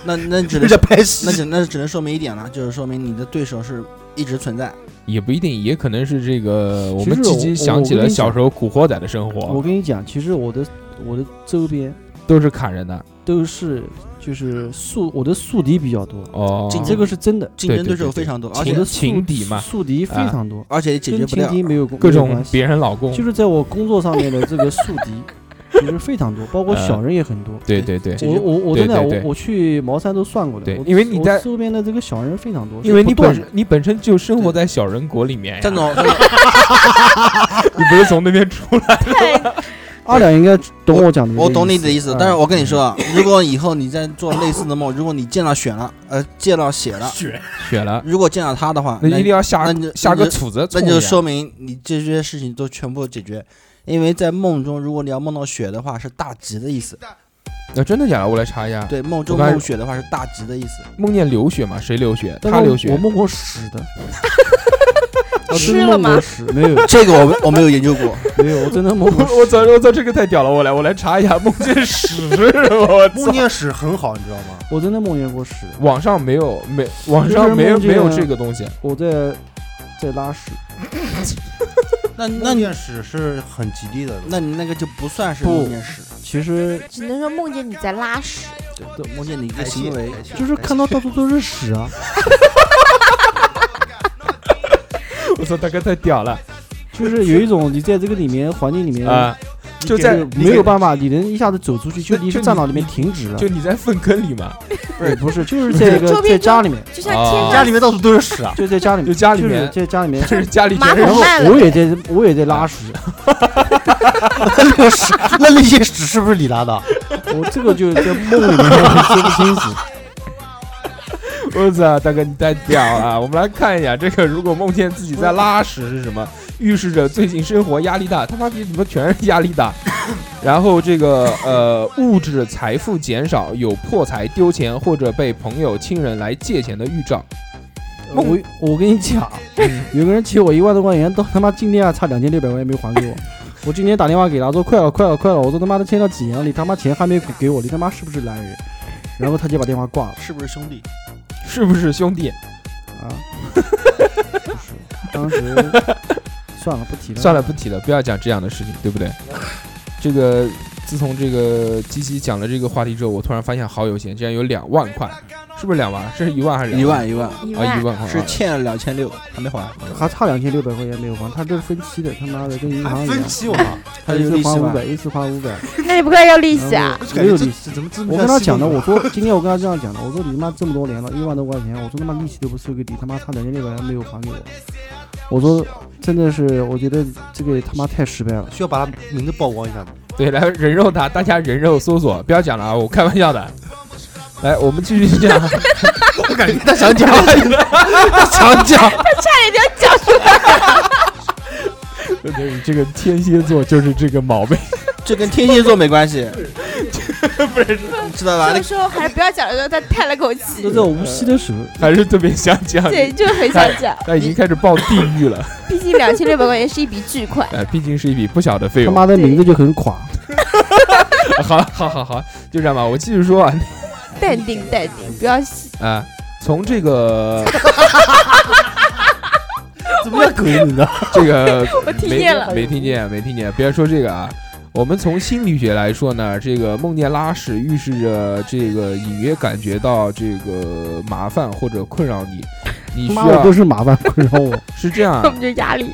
那那只
这
能
是拍戏
那。只那只能说明一点了，就是说明你的对手是一直存在。
也不一定，也可能是这个我
其
们
实
积
我
极
我
想起
我
了
跟你
小
讲
时候古惑仔的生
我
活，
跟你讲，其实我的我的周边
都是砍人的
都是就是宿我的宿敌比较多，啊
哦。
竞
这个是真的，
竞争
对对
对手
对
非常多，而
我
情
且
的宿
情敌嘛
宿敌非
啊
常多，
而且也解
跟
决不
情
了
敌。没 有关
各
没有
种
关系
别人老公
就，是在我工作上面的这个宿敌其实非常多，包括
呃
小人也很多。
对对对，
这
我我我
对
真的
对对
我我去茅山都算过的，
对
我
因为你
我
在
周边的这个小人非常多，
因为
是
你
不断
本
的
身你本身就生活在小人国里面呀，
张总，
你不是从那边出来？
二两应该懂我讲的这个
我懂你的意思，但是
嗯
我跟你说，啊，如果以后你再做类似的梦，如果你见到血了，呃，见到血
啊
了，
血了，
如果见到他的话，
那一定要下
那你
下
那
个
你
杵子
那
冲一下，
就说明你这些事情都全部解决。因为在梦中，如果你要梦到血的话，是大吉的意思。
那呃真的假的？我来查一下，
对，梦中
我刚才
梦血的话是大吉的意思。
梦见流血嘛？谁流血？
但
他
是
流
我
血。
梦过屎的，我
吃
真
了
梦
吗
过屎，没有
这个我没我没有研究过，
没有，我真的梦过 屎。
我我操！我操！这个太屌了！我来我来查一下，梦见屎，我
梦
操！
见屎很好，你知道吗？
我真的梦见过屎，
网上没有没网上没有
就是梦见
没有这个东西，
我在在拉屎，
那那
梦
你
见屎是很吉利的，
那你那个就不算是
不
梦见屎，
其实
只能说梦见你在拉屎，
对，梦见你一个行为。
就是看到到处都是屎啊，
我操！大哥太屌了
就是有一种你在这个里面环境里面
啊！就
就
在
是没有办法，你能一下子走出去，就你
就你
站到里面停止了
就，你在粪坑里嘛，
也不是，就是在一
周
个
边
在家里面，
就像
啊
天
家
上
里面到处都是屎 啊！
就在家里
就
面，
家里
就
面
是，在家里面
但，是家里
马
全是
桶
然后
慢了
我也在我也在拉屎，
那个屎，那那些屎是不是你拉的？
我这个就在梦里面说不清楚。
我操，啊大哥你太屌了！我们来看一下这个，如果梦见自己在拉屎是什么，预示着最近生活压力大，他妈逼你们全是压力大。 然后这个呃，物质财富减少，有破财、丢钱或者被朋友、亲人来借钱的预兆。
我我跟你讲，有个人欠我一万多块钱，到他妈今天还差两千六百块钱没还给我。我今天打电话给他说快了快了快了，我说他妈的欠到几年了，你他妈钱还没给我，你他妈是不是懒人？然后他就把电话挂了
是不是兄弟？
是不是兄弟？
啊！不是，当时算了不提了，
算了，不提了，不要讲这样的事情，对不对？这个自从这个鸡鸡讲了这个话题之后，我突然发现好有钱，竟然有两万块，是不是两万？是一万还是两
一万一万
一
啊？一万块
是欠两千六还没还，
还差两千六百块钱没有还，他这是分期的，他妈的跟银行一样，
期我操，
他
一
就
次
利
还
息
五
吧。
百，一次还五百。
那你不该要利息啊？
没有利息。
息，怎么这么
我跟他讲
啊
的，我说今天我跟他这样讲的，我说你他妈这么多年了，一万多块钱，我说他妈利息都不收给你，他妈差两千六百块钱没有还给我，我说真的是，我觉得这个他妈太失败了。
需要把他名字曝光一下 吗？
对，来人肉他，大家人肉搜索，不要讲了啊，我开玩笑的。来，我们继续讲，
我感觉他想讲， 他想讲，
这个天蝎座就是这个毛病。
这跟天蝎座没关系， 不是知道吧？
这
那
个时候还是不要讲了，他叹了口气
就，在我无锡的时候，
还是特别想讲，
对，就很想讲。
他已经开始报地域了。
毕竟两千六百块钱是一笔巨 款，
哎，毕竟是一笔不小的费
他
用。
妈的名字就很垮，
好了，好好好，就这样吧。我继续说啊，
淡定淡定，不要细
啊，从这个
怎么叫鬼你呢？
这个
我听
没
见了
没听见，没听见。别说这个啊，我们从心理学来说呢，这个梦见拉屎预示着这个隐约感觉到这个麻烦或者困扰你，你
他
需
妈的都
要
是麻烦困扰 我。
是这样啊
我，们就压力。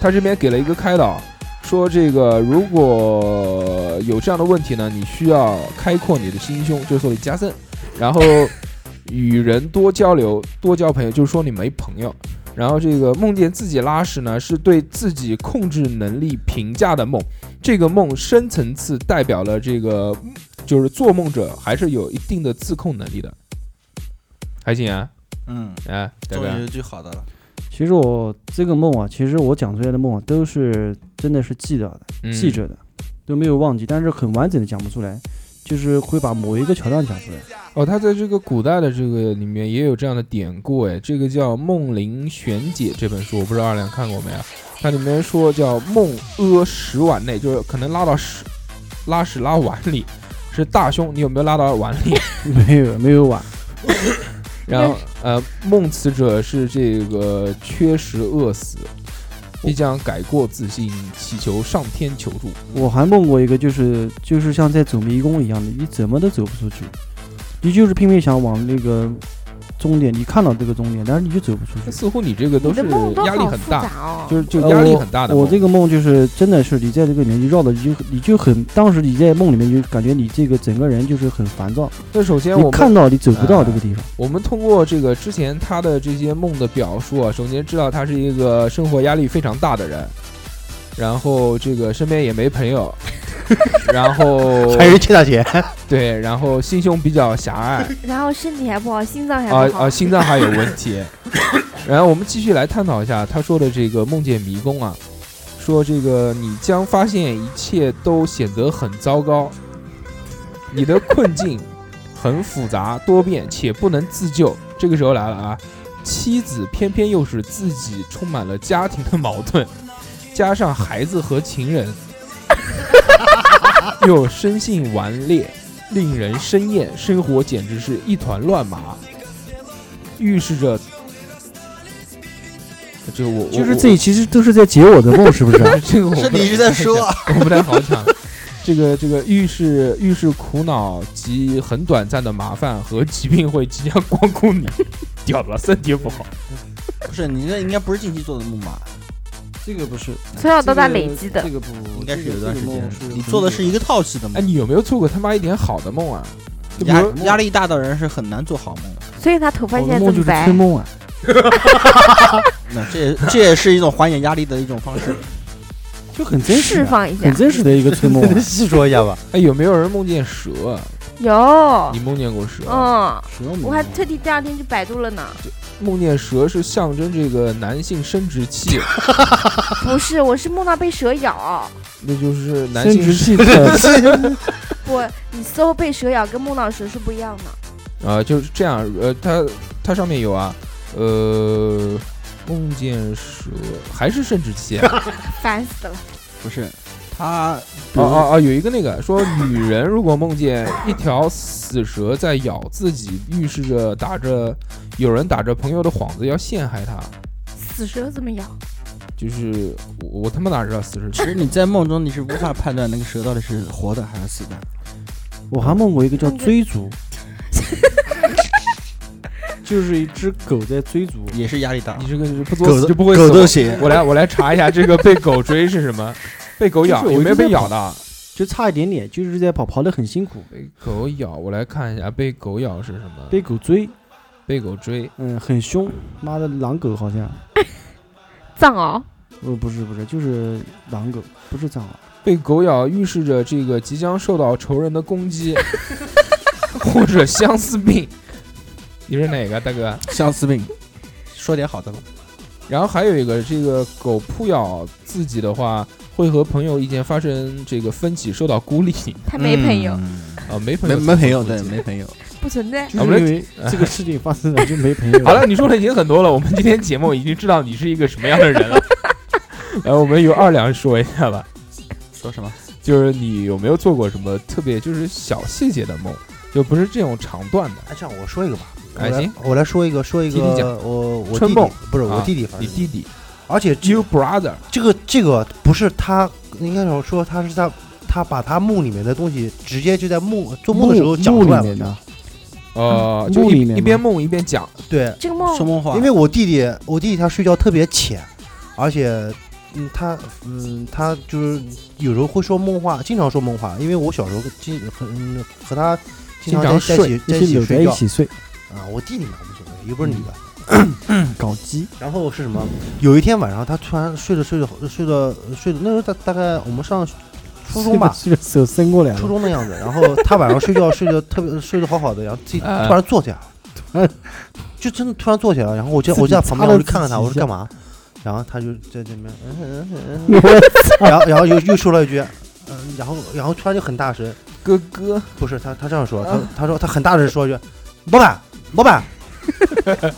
他这边给了一个开导，说这个如果有这样的问题呢，你需要开阔你的心胸，就是说你加深，然后与人多交流，多交朋友，就是说你没朋友。然后这个梦见自己拉屎呢，是对自己控制能力评价的梦。这个梦深层次代表了这个，就是做梦者还是有一定的自控能力的，还行啊，
嗯，
哎，对
终
不对
于有句好的了。
其实我这个梦啊，其实我讲出来的梦啊，都是真的是记得的，
嗯
记着的，都没有忘记，但是很完整的讲不出来，就是会把某一个桥段讲出来。
哦，他在这个古代的这个里面也有这样的典故，哎，这个叫《梦灵玄解》这本书，我不知道二两看过没有？它里面说叫梦阿十碗内，就是可能拉到屎，拉屎拉碗里，是大胸，你有没有拉到碗里？
没有，没有碗，
然后呃，梦此者是这个缺食饿死，必将改过自新，祈求上天求助。
我还梦过一个，就是就是像在走迷宫一样的，你怎么都走不出去，你就是拼命想往那个终点，你看到这个终点，但是你就走不出
那
去。
似乎你这个都
你
是
的梦都
压力
好
很
复
大，
杂哦。
就是就
呃
压力很大的
我。
梦。
我这个梦就是真的是你在这个里面，你绕的你就你就很，当时你在梦里面就感觉你这个整个人就是很烦躁，
那首先
你
我们
看到你走不到这个地方。
我们通过这个之前他的这些梦的表述啊，首先知道他是一个生活压力非常大的人，然后这个身边也没朋友，然后
还是欠他 钱？
对，然后心胸比较狭隘
然后身体还不好，心脏还
啊
不好，
啊，心脏还有问题。然后我们继续来探讨一下他说的这个梦见迷宫啊，说这个你将发现一切都显得很糟糕，你的困境很复杂多变且不能自救。这个时候来了啊，妻子偏偏又使自己充满了家庭的矛盾，加上孩子和情人，又生性顽劣，令人生厌，生活简直是一团乱麻，预示着。这个我我
就是
我
这其实都是在解我的梦，是不是？
这个我
是
不
你
太
一直在说，啊
我不太好讲。这个这个预示预示苦恼及很短暂的麻烦和疾病会即将光顾你，屌了，身体不好。
不是你那应该不是近期做的梦吧？
这个不是
从小到大累积的
这。个不
应该是有一段时间，你
你
做的是一个套系的
哎，
梦。
你有没有做过他妈一点好的梦啊？就比
压
如
压力大的人是很难做好梦的，
所以他头发
我
现在这
的梦哦就
么
是
白
春。梦啊，
那这也这也是一种缓解压力的一种方 式。
就很真实
释
啊，
放一下
很，真实的一个春梦 啊。
细说一下吧。
哎，有没有人梦见蛇？
有，
你梦见过蛇？
哦嗯，
蛇梦
我还特地第二天去百度了呢。
梦见蛇是象征这个男性生殖器，
不是，我是梦到被蛇咬。
那就是男
生
性
殖
生
器的
不，你搜被蛇咬跟梦到蛇是不一样的。
啊、就是这样。呃，它它上面有啊，呃，梦见蛇还是生殖 器啊、
烦死了！
不是，他
哦哦哦，有一个那个说，女人如果梦见一条死蛇在咬自己，预示着打着有人打着朋友的幌子要陷害她。
死蛇怎么咬？
就是我我他妈哪知道死蛇？
其实你在梦中你是无法判断那个蛇到底是活的还是死的。
我还梦过一个叫追逐，就是一只狗在追逐我。
也是压力大
你。这个就是不作
狗
死
的
就不会
狗
死
的
我。
血，
我来我来查一下这个被狗追是什 么，被狗咬
就是
有
我
没有
一直
被
在
咬
跑
的啊？
就差一点点，就是在跑，跑得很辛苦，
被狗咬，我来看一下被狗咬是什么？
被狗追，
被狗追，
嗯，很凶，妈的狼狗好像，
藏獒，
呃，不是不是，就是狼狗，不是藏獒，
被狗咬预示着这个即将受到仇人的攻 击，或者相思病。你是哪个大哥？
相思病。说点好的吧。
然后还有一个，这个狗扑咬自己的话，会和朋友意见发生这个分歧，受到孤立。
他没朋友，
嗯
啊，没朋
没
友，
没朋友，对，没朋友。
不存在。
就
啊
是
不是
因为这个事情发生了就没朋友
好 了，你说的已经很多了，我们今天节目已经知道你是一个什么样的人 了。来，我们由二两说一下吧，
说什么？
就是你有没有做过什么特别就是小细节的梦，就不是这种长段的。
哎，这样我说一个吧，我
哎
来
行
我来说一个，说一
弟弟讲
个，我我
春
弟
梦
弟不是我
啊
弟弟，反
你
正
弟弟
而且这
，You brother，
这个这个不是他，应该说说他是在他把他墓里面的东西直接就在墓做梦的时候讲
墓
出来
里
了
面，的，
呃，
嗯
就
梦
一
里面
一边
吗
梦一边讲，
对，
这个梦
说梦话。
因为我弟弟，我弟弟他睡觉特别浅，而且，嗯，他，嗯，他就是有时候会说梦话，经常说梦话。因为我小时候经和嗯和他
经
经
常
常在在一起
一
在一
起
起
搂在
睡
一
觉
起睡，
啊，我弟弟嘛无所谓，又不是女的。
搞 基，
然后是什么？有一天晚上，他突然睡着睡着睡着睡着，那时候大大概我们上初中 吧，
这个手伸过来
初
了，
中的样子。然后他晚上睡觉睡得特别睡得好好的，然后自己
啊
突然坐起来了，突然就真的突然坐起来了。然后我就我就在旁边，我就看看他，我说干嘛？然后他就在这边，嗯嗯嗯嗯嗯然后然后又又说了一句，嗯，然后然后突然就很大声，
哥哥，
不是他他这样说，他他说他很大声说一句，老板老板，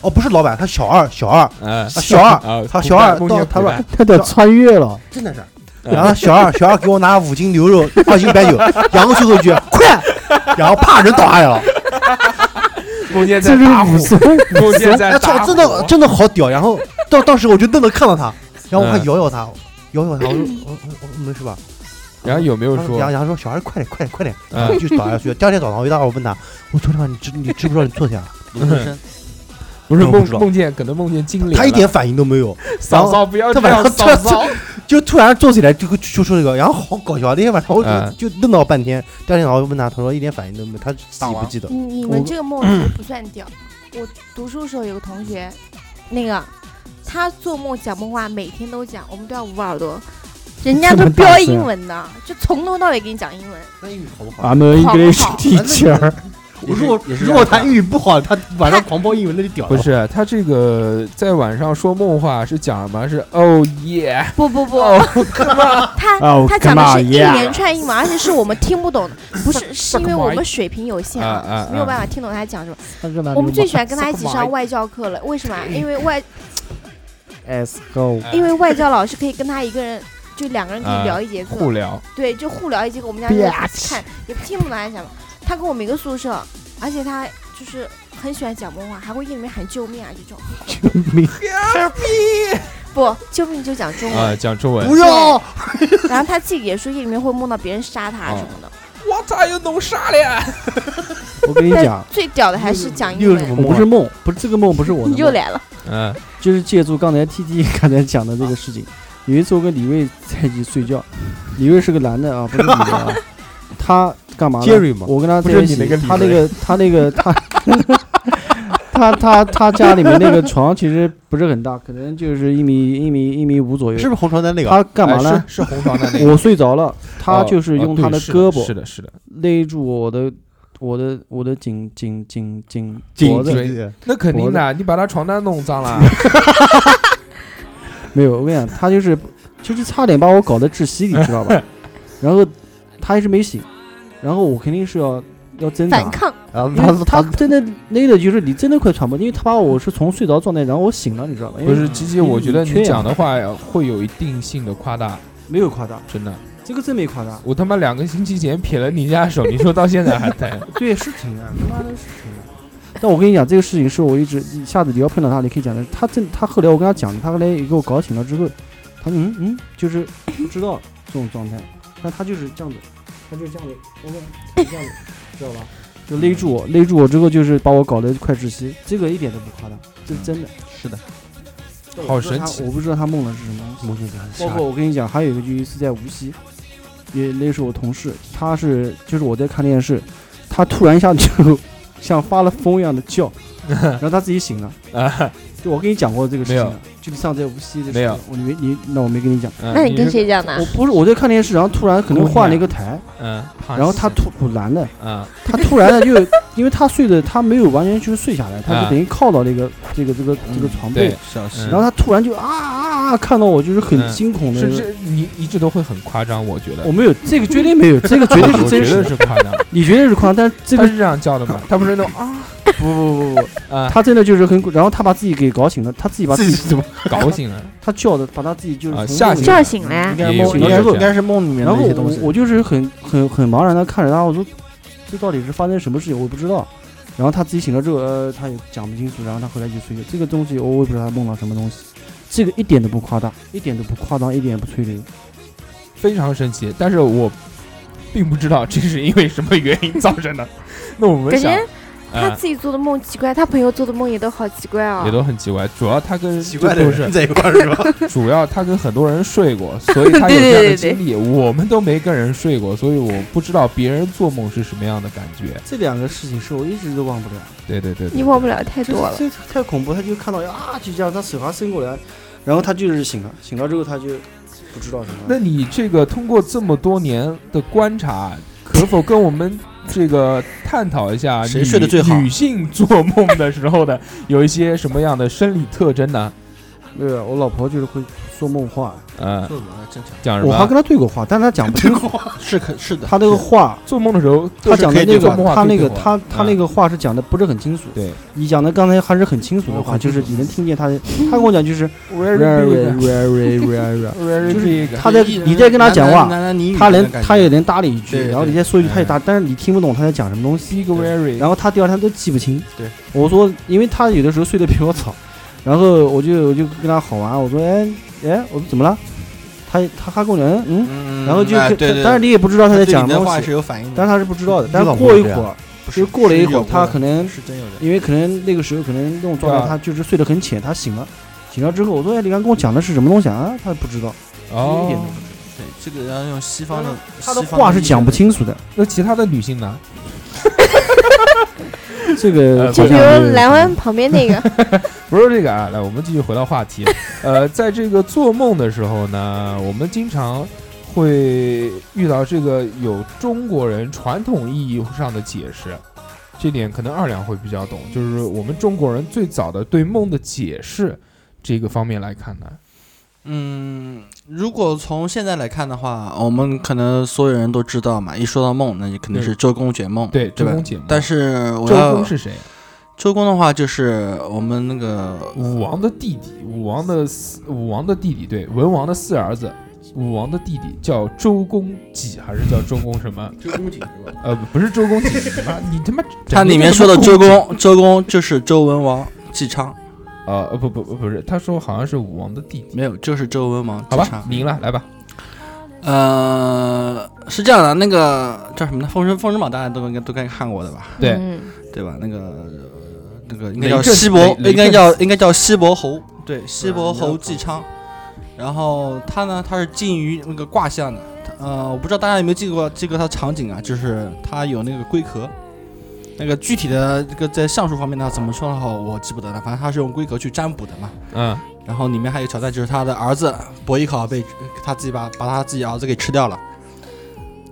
哦不是老板，他小二小二，
啊，
小二
啊，
他小二
梦见
到他
古
说
代
他得穿越了，
真的是。
嗯
然后小二小二给我拿五斤牛肉，二斤白酒，然后最后一句快，然后啪人倒下来了。
梦见
这
在
是
打
武
虎，
松，
梦见在打
哎操，
虎，
真的真的好屌！然后到当时我就愣能看到他，然后
嗯
我还摇摇他，摇摇他，我说我我我没事吧？
然后有没有
然后
说
然后然后说小孩快点快点快点，然
嗯
后就倒下去了。第二天早上我一大早我问他，我昨天晚上你知你知不知道你坐下 了？
卢森 生
不是
我不
梦
知道
梦见可能梦见精灵了？
他一点反应都没 有，然
嫂
后
嫂不要
他
这
晚
样，
上
嫂
这
嫂。
就突然坐起来就就就说这个，然后好搞笑。那天晚上我
嗯
就就愣了半天，第二天早上我问他，他说一点反应都没有，他自己不记得。
啊
你你
我
们这个梦其实不算屌。
嗯
我读书的时候有个同学，那个他做梦讲梦话，每天都讲，我们都要捂耳朵。 人家
这
都
么大
标
声啊
英文的，就从头到尾给你讲英文。
那英语好不好？
啊
I'm an
好
English
好
teacher，
也是
如果
也是
如果
让他
他英语不好，他晚上狂报英文，那就屌了。
不是他这个在晚上说梦话是讲什么？是哦耶，
不不不， 他
哦
他讲的
come
是
on，
一
yeah
连串英文，而且是我们听不懂的，不是是因为我们水平有限
啊啊
啊
啊，
没有办法听懂他讲什么。我们最喜欢跟他一起上外教课了，为什么啊？因为外
S go，
因为外教老师可以跟他一个人，就两个人可
啊
以聊一节课，
互聊
对，就互聊一节课。我们家就在看，也不听不懂他在讲什么。他跟我们一个宿舍，而且他就是很喜欢讲梦话，还会夜里面喊救命啊这种。不，救命就讲
嗯
中
啊，
文。
讲中文。
不要，
然后他自己也说夜里面会梦到别人杀他什么的。
我咋又弄啥了？
我跟你
但
讲，
最屌的还是讲
又
英
有什么
文。
我不是梦，不是这个梦，不是我的
你又
梦，
来了，
嗯，
就是借助刚才 T T 刚才讲的这个事情，有一次我跟李卫在一起睡觉，李卫是个男的啊，不是女 的啊，他干嘛呢
Jerry 吗
我跟他
不
在
是
一
你
起
那个，李
他那
卫
个他那个他他他他家里面那个床其实不是很大，可能就是一米一米一米五左右。
是不是红床单那个？啊
他干嘛
哎
呢？？
是是红床的那个。
我睡着了，他
哦
就是
哦
用
对
他的
是
胳膊
是的，是的。
勒住我的我的我的颈颈颈颈脖
啊颈
子，
椎，那肯定的，你把他床单弄脏了。
没有，我跟你讲，他就是就是差点把我搞得窒息，你知道 吧？然后他还是没醒，然后我肯定是要要挣扎
反，抗，
然后
因为
他
他真的勒的就是你真的快喘不，因为他把我是从睡着状态，然后我醒了，你知道吧？因
不
为
是，吉吉，
你
我觉得
你确
你
呀
讲的话会有一定性的夸大，
没有夸大，
真的。
这个真没夸大，
我他妈两个星期前撇了你一下手，你说到现在 还在。
对，是挺的，他妈的是挺的。但我跟你讲，这个事情是我一直一下子你要碰到他，你可以讲的。他真他后来我跟他讲，他后来也给我搞醒了之后，他嗯嗯，就是不知道这种状态，但他就是这样子，他就是这样子，我们这样子，知道吧？就勒住我，勒住我之后就是把我搞得快窒息，这个一点都不夸张，这是真的。
是的，
嗯好神奇
我不知道他梦的是什么东西。
梦见他很
包括我跟你讲，还有一个就一次在无锡，也那是我同事，他是就是我在看电视，他突然一下就像发了疯一样的 叫，然后他自己醒了。
啊！
就我跟你讲过这个事
没
情
有
的，就你上次在无锡的
没
时
有
候，我没你那我没跟你讲，啊
嗯
那你跟
是
谁讲的
我？不是我在看电视，然后突然可能换了一个台，
嗯，怕
然后他
死
突突然的，
嗯
他突然的就 因为他睡的他没有完全就是睡下来，他
啊
就等于靠到那个这个这个这个床
对
被，
小时
然后他突然就啊啊啊看到我就是很
嗯
惊恐的
是，这你一直都会很夸张，我觉得
我没有这个绝对没有，这个绝对是真实
我觉得
的，
是夸 张，
你绝对是夸张，但是这
他
个
是这样叫的吗？他不是那种啊
不不不不，
啊，
他真的就是很，然后他把自己给搞醒了，他自己把自己
怎么
搞醒了，
他叫的，把他自己就是
啊
从
吓
梦里
醒
叫醒了
应。该
也
是
有
梦
应
里
该是这
面
样
应该是梦里面
然
的
后
一些东
我
西。
我就是很很很茫然的看着他，我说这到底是发生什么事情，我也不知道。然后他自己醒了之后，呃，他也讲不清楚，然后他后来就睡觉。这个东西我也不知道他梦到什么东西，这个一点都不夸大，一点都不夸张，一点也不吹牛。
非常神奇，但是我并不知道这是因为什么原因造成的。那我们
感
想
觉他
啊，
自己做的梦奇怪，他朋友做的梦也都好奇怪啊
也。都很奇怪，主要他跟
奇怪的
就
人
是
在一块儿是 吧？
主要他跟很多人睡过，所 以他有这样的经历。我们都没跟人睡过，所以我不知道别人做梦是什么样的感觉。
这两个事情是我一直都忘不了，
对对对
你
对，
忘不了太多了。
这太恐怖。他就看到啊，就这样，他手还伸过来，然后他就是醒了，醒了之后他就不知道什么
那你这个通过这么多年的观察，可否跟我们这个探讨一下
谁
女
睡得最好
女性做梦的时候的有一些什么样的生理特征呢？
那个我老婆就是会说梦话，
呃，
做什么嗯正常？
讲什
我还
么
跟？她对过话，但是她讲不清楚。
是可是的，
她那个
是
话，
做梦的时候，
她讲的那
做
个
梦，话
她
对
那
对
个，
话
她她那
嗯
个话是讲的不是很清楚。
对，
你讲的刚才还是很清楚的话，
很
就
清
是你能听见她 的。她跟我讲就是
very
very very very very，
very
就是
big，
她在你在跟她讲
男
话，
男男男女女
她
的
能
感觉
她也能搭理一句
对，对
然后你再说一句她也搭，但是你听不懂她在讲什么东西。
big very，
然后她第二天都记不清。
对，
我说，因为她有的时候睡得比我早，然后我就我就跟她好玩，我说哎哎，我说怎么了？她她还跟我讲嗯嗯。
嗯，
然后就
哎
跟，
对对，
但是你也不知道他在
对
讲
你
什
的
么
话
东
是
西，
有反应的，
但是他是不知道的。但
老
是
婆
过
会
一
这样
会儿，
不
就是过了一会
有
儿，他
的
可能
是真有的。
因为可能那个时候可能那种状
对啊
态，他就是睡得很浅，他醒了，醒了之后我说哎，你刚跟我讲的是什么东西啊？他不知道，一点
哦
都不，知
对，这个要用西方
道
的，
他的
西方
话是
理解
讲不清楚的。
那其他的女性呢？
这
呃
个
就
好
比
像没
如
有
蓝湾旁边那个，
不是这个啊，来，我们继续回到话 题。呃，在这个做梦的时候呢，我们经常会遇到这个有中国人传统意义上的解释，这点可能二两会比较懂，就是我们中国人最早的对梦的解释这个方面来看呢，
嗯，如果从现在来看的话，我们可能所有人都知道嘛，一说到梦，那就肯定是周公解梦，
对
对吧
周公解梦
但是我
周
要
公是谁？
周公的话，就是我们那个
武王的弟弟，武王的四，武王的弟弟，对，文王的四儿子，武王的弟弟叫周公己还是叫周公什么？
周公瑾是吧？
呃，不是周 公己，你妈你他妈
它里面说的周公，周公就是周文王姬昌，
啊，呃不不不不是，他说好像是武王的弟弟，
没有，就是周文王
好
姬
吧
昌，。
赢了，来吧，
呃，是这样的，那个叫什么呢？《封神》《封神榜》大家都应该都该看过的吧？
对
嗯
对吧？那个呃那个应
雷
该叫
震
西伯，
雷雷
应该
震
叫应该叫西伯侯，对，西伯侯姬昌。然后他呢，他是近于那个卦象的，他呃，我不知道大家有没有记过记过他的场景啊，就是他有那个龟壳。那个具体的这个在象数方面呢，怎么说的话我记不得了，反正他是用龟壳去占卜的嘛。
嗯，
然后里面还有挑战，就是他的儿子伯邑考被呃他自己把把他自己儿子给吃掉了，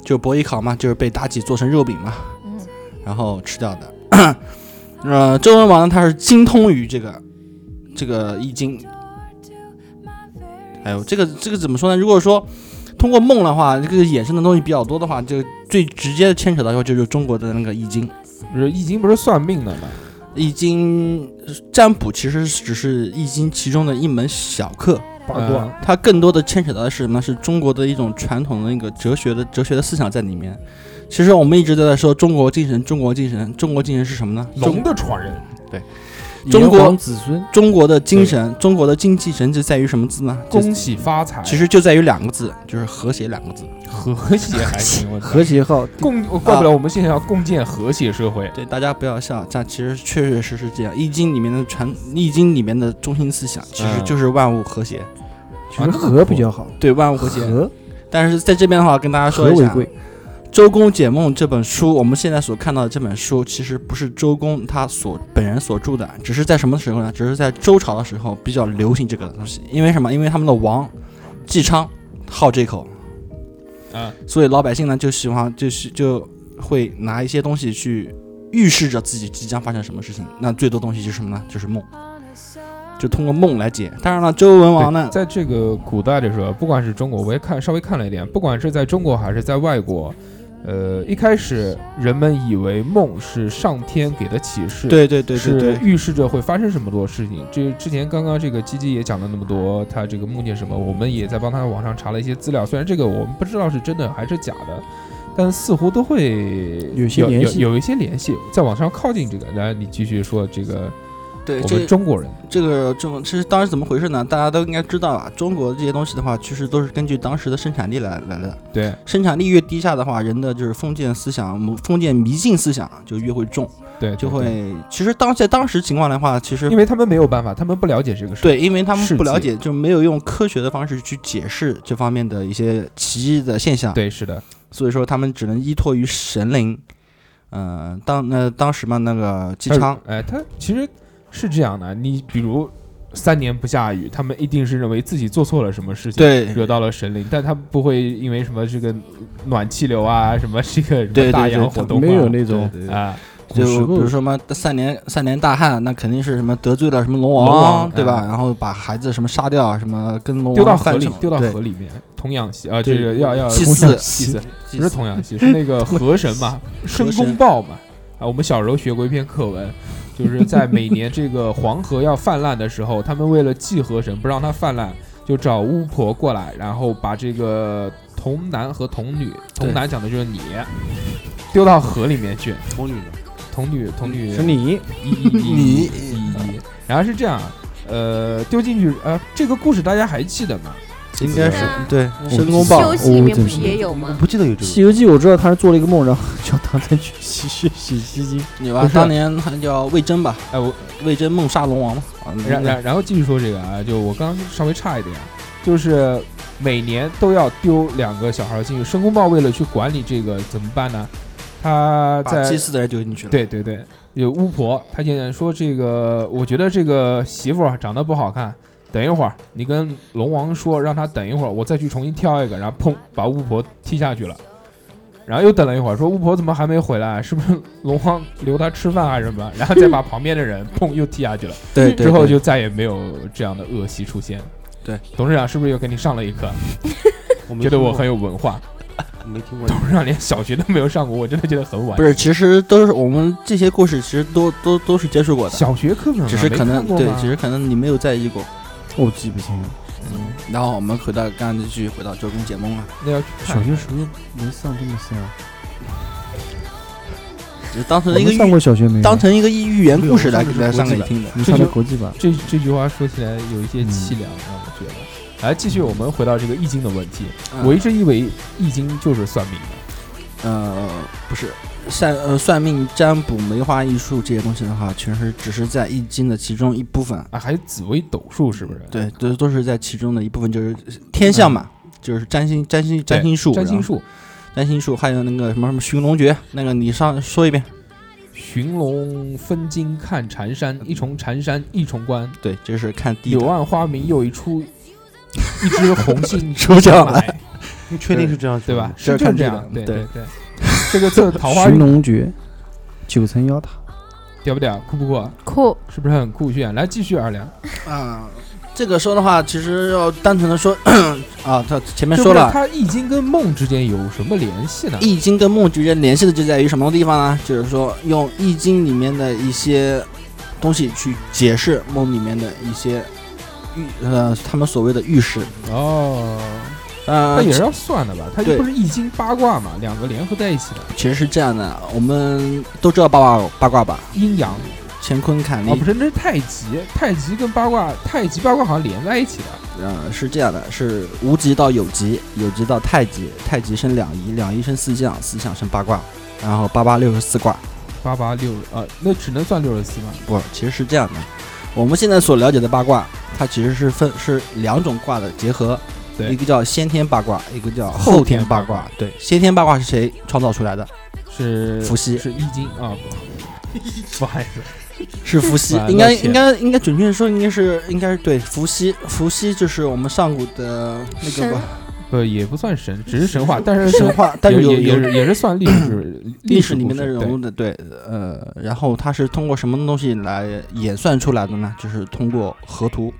就伯邑考嘛，就是被妲己做成肉饼嘛，
嗯，
然后吃掉的。 呃，周文王呢，他是精通于这个这个易经。哎呦，这个这个怎么说呢？如果说通过梦的话，这个衍生的东西比较多的话，就最直接牵扯到就就是中国的那个易经。
不是易经不是算命的吗？
易经占卜其实只是易经其中的一门小课，
八
卦
它更多的牵扯到的是什么呢？是中国的一种传统的那个哲学的哲学的思想在里面。其实我们一直都在说中国精神，中国精神，中国精神是什么呢？中
龙的传人，
中
炎
国
黄子孙，
中国的精神，中国的精气神就在于什么字呢？就
恭喜发财，
其实就在于两个字，就是和谐两个字。
和谐还行， 我操
和谐号
共，怪不了我们现在要共建和谐社会。
对，大家不要笑，但其实确确实实这样。《易经》里面的传，《易经》里面的中心思想其
啊
实
嗯
就是万物和谐，
其
那
实
么
和比
酷
较好，
对万物和谐。
和
但是在这边的话，跟大家说
和
一
为
下，
贵，
《周公解梦》这本书，我们现在所看到的这本书，其实不是周公他所本人所著的，只是在什么时候呢？只是在周朝的时候比较流行这个东西。因为什么？因为他们的王姬昌好这口，
啊，
所以老百姓呢就喜欢就是就会拿一些东西去预示着自己即将发生什么事情。那最多东西就是什么呢？就是梦，就通过梦来解。当然了，周文王呢
对，在这个古代的时候，不管是中国，我也看稍微看了一点，不管是在中国还是在外国，呃，一开始人们以为梦是上天给的启示，
对对对对
是
对，
预示着会发生什么多事情。这之前刚刚这个鸡鸡也讲了那么多，他这个梦见什么，我们也在帮他网上查了一些资料，虽然这个我们不知道是真的还是假的。但似乎都会
有些联系
有有一些联系，再往上靠近这个，然后你继续说这个
对
我
这
们中国人，
这个这种其实当时怎么回事呢？大家都应该知道啊，中国这些东西的话，其实都是根据当时的生产力来来的。
对，
生产力越低下的话，人的就是封建思想、封建迷信思想啊就越会重，
对，
就
对
会。其实当在当时情况的话，其实
因为他们没有办法，他们不了解这个事。，
对，因为他们
世
不了
界
解，就没有用科学的方式去解释这方面的一些奇异的现象。
对，是的，
所以说他们只能依托于神灵。嗯，当那当时嘛，那个姬昌，
哎，他其实是这样的，你比如三年不下雨，他们一定是认为自己做错了什么事情，
对
惹到了神灵，但他们不会因为什么这个暖气流啊，什么这个什
对
么
对
大
对
洋
对
活动
没有那种
对
啊，
古
就
时
比
候
如说什么三年三年大旱，那肯定是什么得罪了什么龙王，
龙王
对吧？
嗯
然后把孩子什么杀掉，什么跟龙王
丢到河
干
里
什么，
丢到
对
河里面，童养媳啊，这
对
个要要
祭
童
祀
养祭祀，
祭
不是
祀
童养媳，是那个河神嘛，申公豹嘛。啊，我们小时候学过一篇课文，就是在每年这个黄河要泛滥的时候，他们为了祭河神，不让它泛滥，就找巫婆过来，然后把这个童男和童女，童男讲的就是你，丢到河里面去，
童女
童女童女
是你
一一一一一，然后是这样，呃，丢进去，呃，这个故事大家还记得吗？
应该是
啊
对
我
申公
西
豹
游，记里面
哦
不是也有
我
吗？
不记得有
《
这
西
个。
游记》，我知道他是做了一个梦，然后叫唐僧去洗洗洗西经，
你
不
吧，
是
当年他叫魏征吧，
哎，我
魏征梦杀龙王嘛，啊，那
然
个
然然后继续说这个啊，就我刚刚稍微差一点，啊就是每年都要丢两个小孩进去。申公豹为了去管理这个怎么办呢？他
把
在
祭祀的人丢进去了，
对对对，有巫婆，他现在说这个，我觉得这个媳妇儿长得不好看，等一会儿你跟龙王说，让他等一会儿，我再去重新挑一个，然后砰把巫婆踢下去了。然后又等了一会儿，说巫婆怎么还没回来？是不是龙王留她吃饭啊还是什么？然后再把旁边的人砰又踢下去了。
对对，
之后
对
就再也没有这样的恶习出现。
对，
董事长是不是又给你上了一课？
我没
觉得
听
我
过
很有文化。
没听过。
董事长连小学都没有上过，我真的觉得很晚。
不是，其实都是我们这些故事，其实都都都是接触过的，
小学课本吗，
只是
没
可能
看过
对
吗，
只是可能你没有在意过。
我记不清了。
然后我们回到刚刚就继续回到周公解梦啊了，
那要去
小
看。
学时候能上这么深啊？
就当
我
成一个
们上
寓
过小学没有？
当成一个寓言故事来
没有
来
我上
上
的是
给你听的。
你
这
上的
就
国际吧？
这这句话说起来有一些凄凉，让我觉得。来，继续我们回到这个易经的问题。
嗯
我一直以为易经就是算命的，
呃，不是，算呃算命、占卜、梅花易数这些东西的话，其实只是在易经的其中一部分。
啊，还有紫微斗数，是不是？，
嗯对，都都是在其中的一部分，就是天象嘛，就是占星、占星、占星术、
嗯占星
然后、
术，
占星术，还有那个什么什么寻龙诀，那个你上说一遍。
寻龙分金看缠山，一重缠山一重关，
对，这是看第一
柳暗花明又一出，一枝红杏
出墙来
来。
你确定是这样
对吧？？
这
是
是
就是
看
这
这
样，
个
对
对
对。这个字桃花
寻
运
龙诀，九层妖塔，
屌不屌？酷不酷？
酷，
是不是很酷炫？来继续二两。
啊、这个说的话，其实要单纯的说 啊，他前面
就
说
不是
了。
它易经跟梦之间有什么联系呢？
易经跟梦之间联系的就在于什么地方呢？就是说用易经里面的一些东西去解释梦里面的一些预呃他们所谓的预示。
哦，
呃
它，也是要算的吧？它又
对
不是易经八卦嘛，两个联合在一起的
其实是这样的，我们都知道八卦八卦吧？
阴阳。
乾坤坎
啊，
离
不是，那是太极，太极跟八卦，太极八卦好像连在一起的。
呃，是这样的，是无极到有极，有极到太极，太极生两仪，两仪生四象，四象生八卦，然后八八六十四卦。
八八六啊，那只能算六十四吗？
不，其实是这样的，我们现在所了解的八卦，它其实是分是两种卦的结合，
对
一个叫先天八卦，一个叫
后
后
天
天
八
八
卦
卦。对，先天八卦是谁创造出来的？
是
伏羲
是易经 啊， 不不好意思，
是伏羲
完，了
应该
天
应该应该准确地说应该是应该是对伏羲，伏羲就是我们上古的那
神
个吧
不也不算神，只是神话，但是
神
是
话， 但
也
是有
也也
有
是也是算历 史
历
史
史里
故
面的
事
人
对
物的对，呃，然后它是通过什么东西来演算出来的呢？就是通过河图，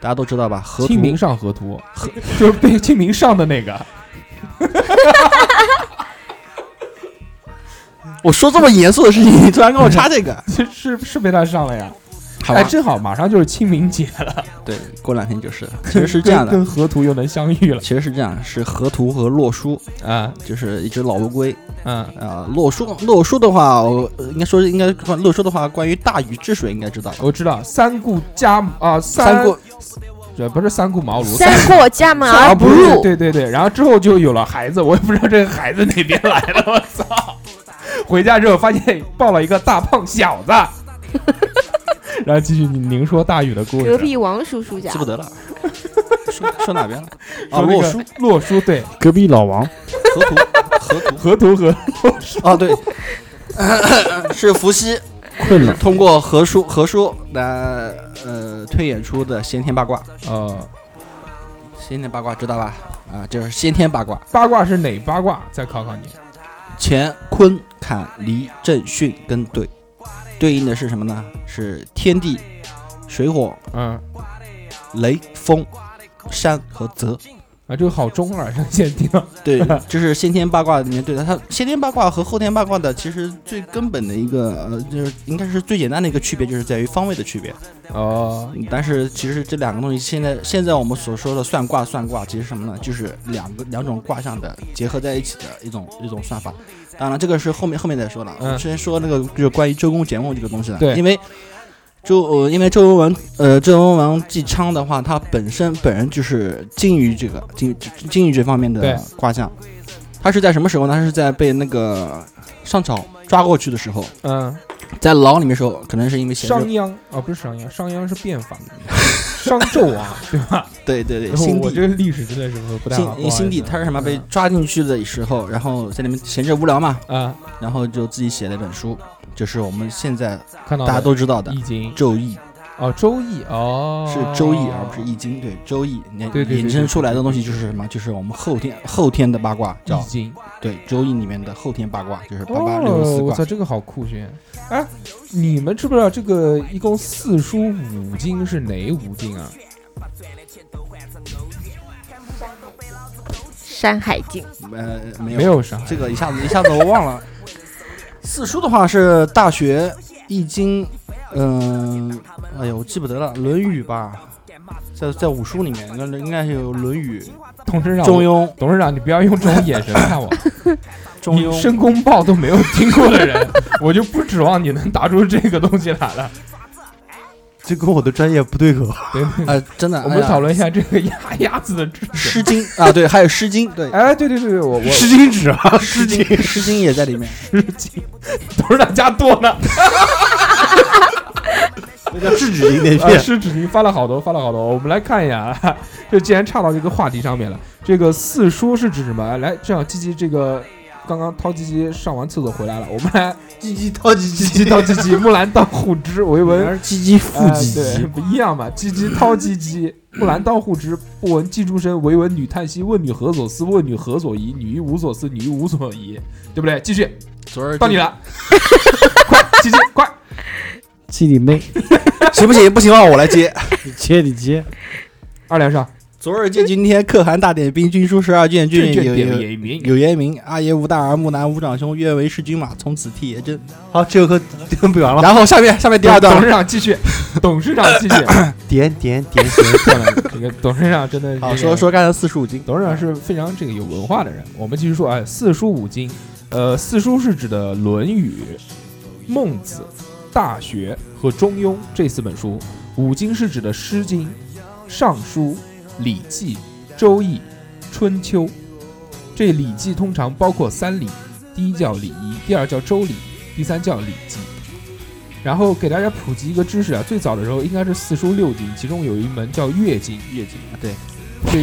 大家都知道吧？河图
清明上河图， 就是被清明上的那个。
我说这么严肃的事情，你突然跟我插这个，
是是被他上了呀。
好
哎，
吧？
正好马上就是清明节了，
对，过两天就是，其实是这样的
跟，河图又能相遇了
其实是这样，是河图和洛书，
啊
就是一只老乌龟
啊！
啊、洛书，洛书的话，我呃应该说应该说洛书的话，关于大禹治水应该知道吧？
我知道三顾家啊，
三
三
国
这不是三顾茅庐，
三过家门
三
而不入，
啊对对对，然后之后就有了孩子，我也不知道这个孩子哪边来的，我操！回家之后发现抱了一个大胖小子，然后继续您您说大禹的故
隔
事，
壁王叔叔家
记。不得了，说说哪边了？啊，
说那
洛
个
书、
洛书对
隔壁老王，
河图、河图。
河图和
哦，对， 是伏羲
困了，
通过何书何书来呃推演出的先天八卦，
呃
先天八卦知道吧？啊，就是先天八卦，
八卦是哪八卦？再考考你，
乾坤坎离震巽艮兑，对应的是什么呢？是天地、水火、
嗯。
雷、风、山和泽。
啊，这个好中二，现在听到
对， 这是先天八卦里面对的。它先天八卦和后天八卦的其实最根本的一个呃，就是应该是最简单的一个区别，就是在于方位的区别。
哦，
嗯但是其实这两个东西，现在现在我们所说的算卦算卦，其实什么呢？就是两个两种卦象的结合在一起的一种一种算法。当然，这个是后面后面再说了。
嗯
我们先说那个就是关于周公解梦这个东西了。
对
因为周呃，因为周文王呃，周文王姬昌的话，他本身本人就是金鱼这个金金鱼这方面
对
的卦象。他是在什么时候呢？他是在被那个上朝抓过去的时候，
嗯，
在牢里面时候，可能是因为闲
商
着。
鞅啊，不是商鞅，商鞅是变法， 商纣王对吧？
对对对，
然后
心
我
地
这个历史真的是不不太好。
辛辛迪他是什么被抓进去的时候，然后在里面闲着无聊嘛，
啊，
然后就自己写了一本书，就是我们现在
看到
大家都知道的
易经，
《周易》，
哦，周易哦，
是《周易》而不是《易经》。对，《周易》衍
对对对
衍生出来的东西就是什么？就是我们后天后天的八卦，
易
叫
经。
对《周易》里面的后天八卦，就是八八六十
哦，
四
我
卦
操，。这个好酷炫！哎，你们知不知道这个一共四书五经是哪五经啊？
山海经，
呃，没有，
没有啥，
这个一下子一下子我忘了。四书的话是《大学》《易经》，嗯，哎呀，我记不得了，《论语》吧，在在五书里面，应该应该是有《论语》
董事
《
长，
中庸》《
董事长，你不要用这种 眼神看我。
中
你
庸》
申公豹都没有听过的人， 我就不指望你能答出这个东西来
哎
了。
这跟我的专业不对口。
对，对
呃，真的，
我们讨
《
论一下这个鸭鸭子的知识。
诗经》啊，对，还有《诗经》，对，《
哎，对对对对， 我我
湿巾 纸啊，湿
诗经
巾。》
《诗经》也在里面。
诗经，董事长家多呢。
那叫制止型 垫
啊，湿纸巾发了好多，发了好多。我们来看一眼啊， 就既然岔到这个话题上面了，这个四书是指什么？来，这样，鸡鸡这个刚刚涛鸡鸡上完厕所回来了，我们来
鸡鸡掏鸡
鸡鸡
鸡，
涛鸡鸡，木兰当户织，维文
唧唧复
哎，对，不一样嘛。唧唧掏唧唧，木兰当户织，不闻计中声，惟闻女叹息。问女何所思？问女何所疑？女亦无所思，女亦无所疑，对不对？继续，
昨儿
到你，了， 快，唧唧，快，
鸡你妹，
行不行？不行的话，我来接。
你接你 接，
二连上，
昨儿见今天，可汗大典兵，军书十二卷，
卷
卷
卷
有
点
有
也明。
有言名。阿爷无大儿，木兰无长兄，愿为市君马，从此替爷征。
好，这首歌 听不完了。
然后下面下面第二
董
段
事，长继 续，董事长继续。
点点点
算了，这个董事长真的，
好说。说刚才四十五斤，
董事长是非常这个有文化的人。我们继续说，哎，四书五经，呃，四书是指的《论语》《孟子》《大学》和《中庸》这四本书。五经是指的《诗经》《尚书》《礼记》《周易》《春秋》。这《礼记》通常包括三礼，第一叫礼仪，第二叫周礼，第三叫礼记。然后给大家普及一个知识啊，最早的时候应该是四书六经，其中有一门叫乐经。乐经，对，这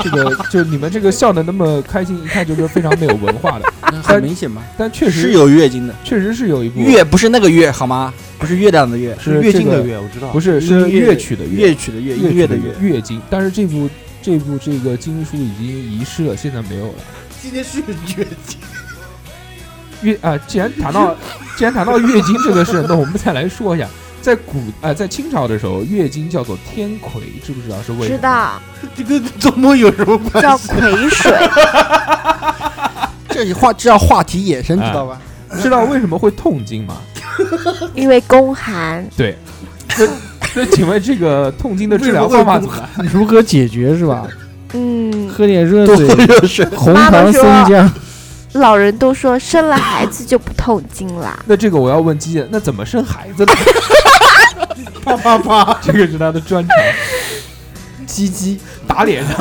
这个就是你们这个笑的那么开心，一看就是非常没有文化的。
那
但
很明显嘛。
但确实
是有月经的，
确实是有一部
月不是那个月好吗？不是月亮的月，
是
月
这
经的
个
月，我知道。
不是
音
是
乐
乐曲的乐，
乐曲的乐，音乐的乐。
乐经。但是这部这部这个经书已经遗失了，现在没有了。
今天是月经，
乐啊、既然谈到既然谈到乐经这个事，那我们再来说一下，在古啊、在清朝的时候，乐经叫做天魁，知不知道是为什
知
么？
道
这跟做梦有什么关
叫癸水，
这话这叫话题野生，知道吧？
知道为什么会痛经吗？
因为宫寒。
对，那那请问这个痛经的治疗
为什
方
么
法
会
怎么办？。
如何解决是吧？
嗯，
喝点热
多
水，
喝热水。
红
妈妈
糖
说
生姜。
老人都说生了孩子就不痛经啦
那这个我要问基姐，那怎么生孩 子呢？
啪啪啪！
这个是他的专长，鸡鸡打脸 上，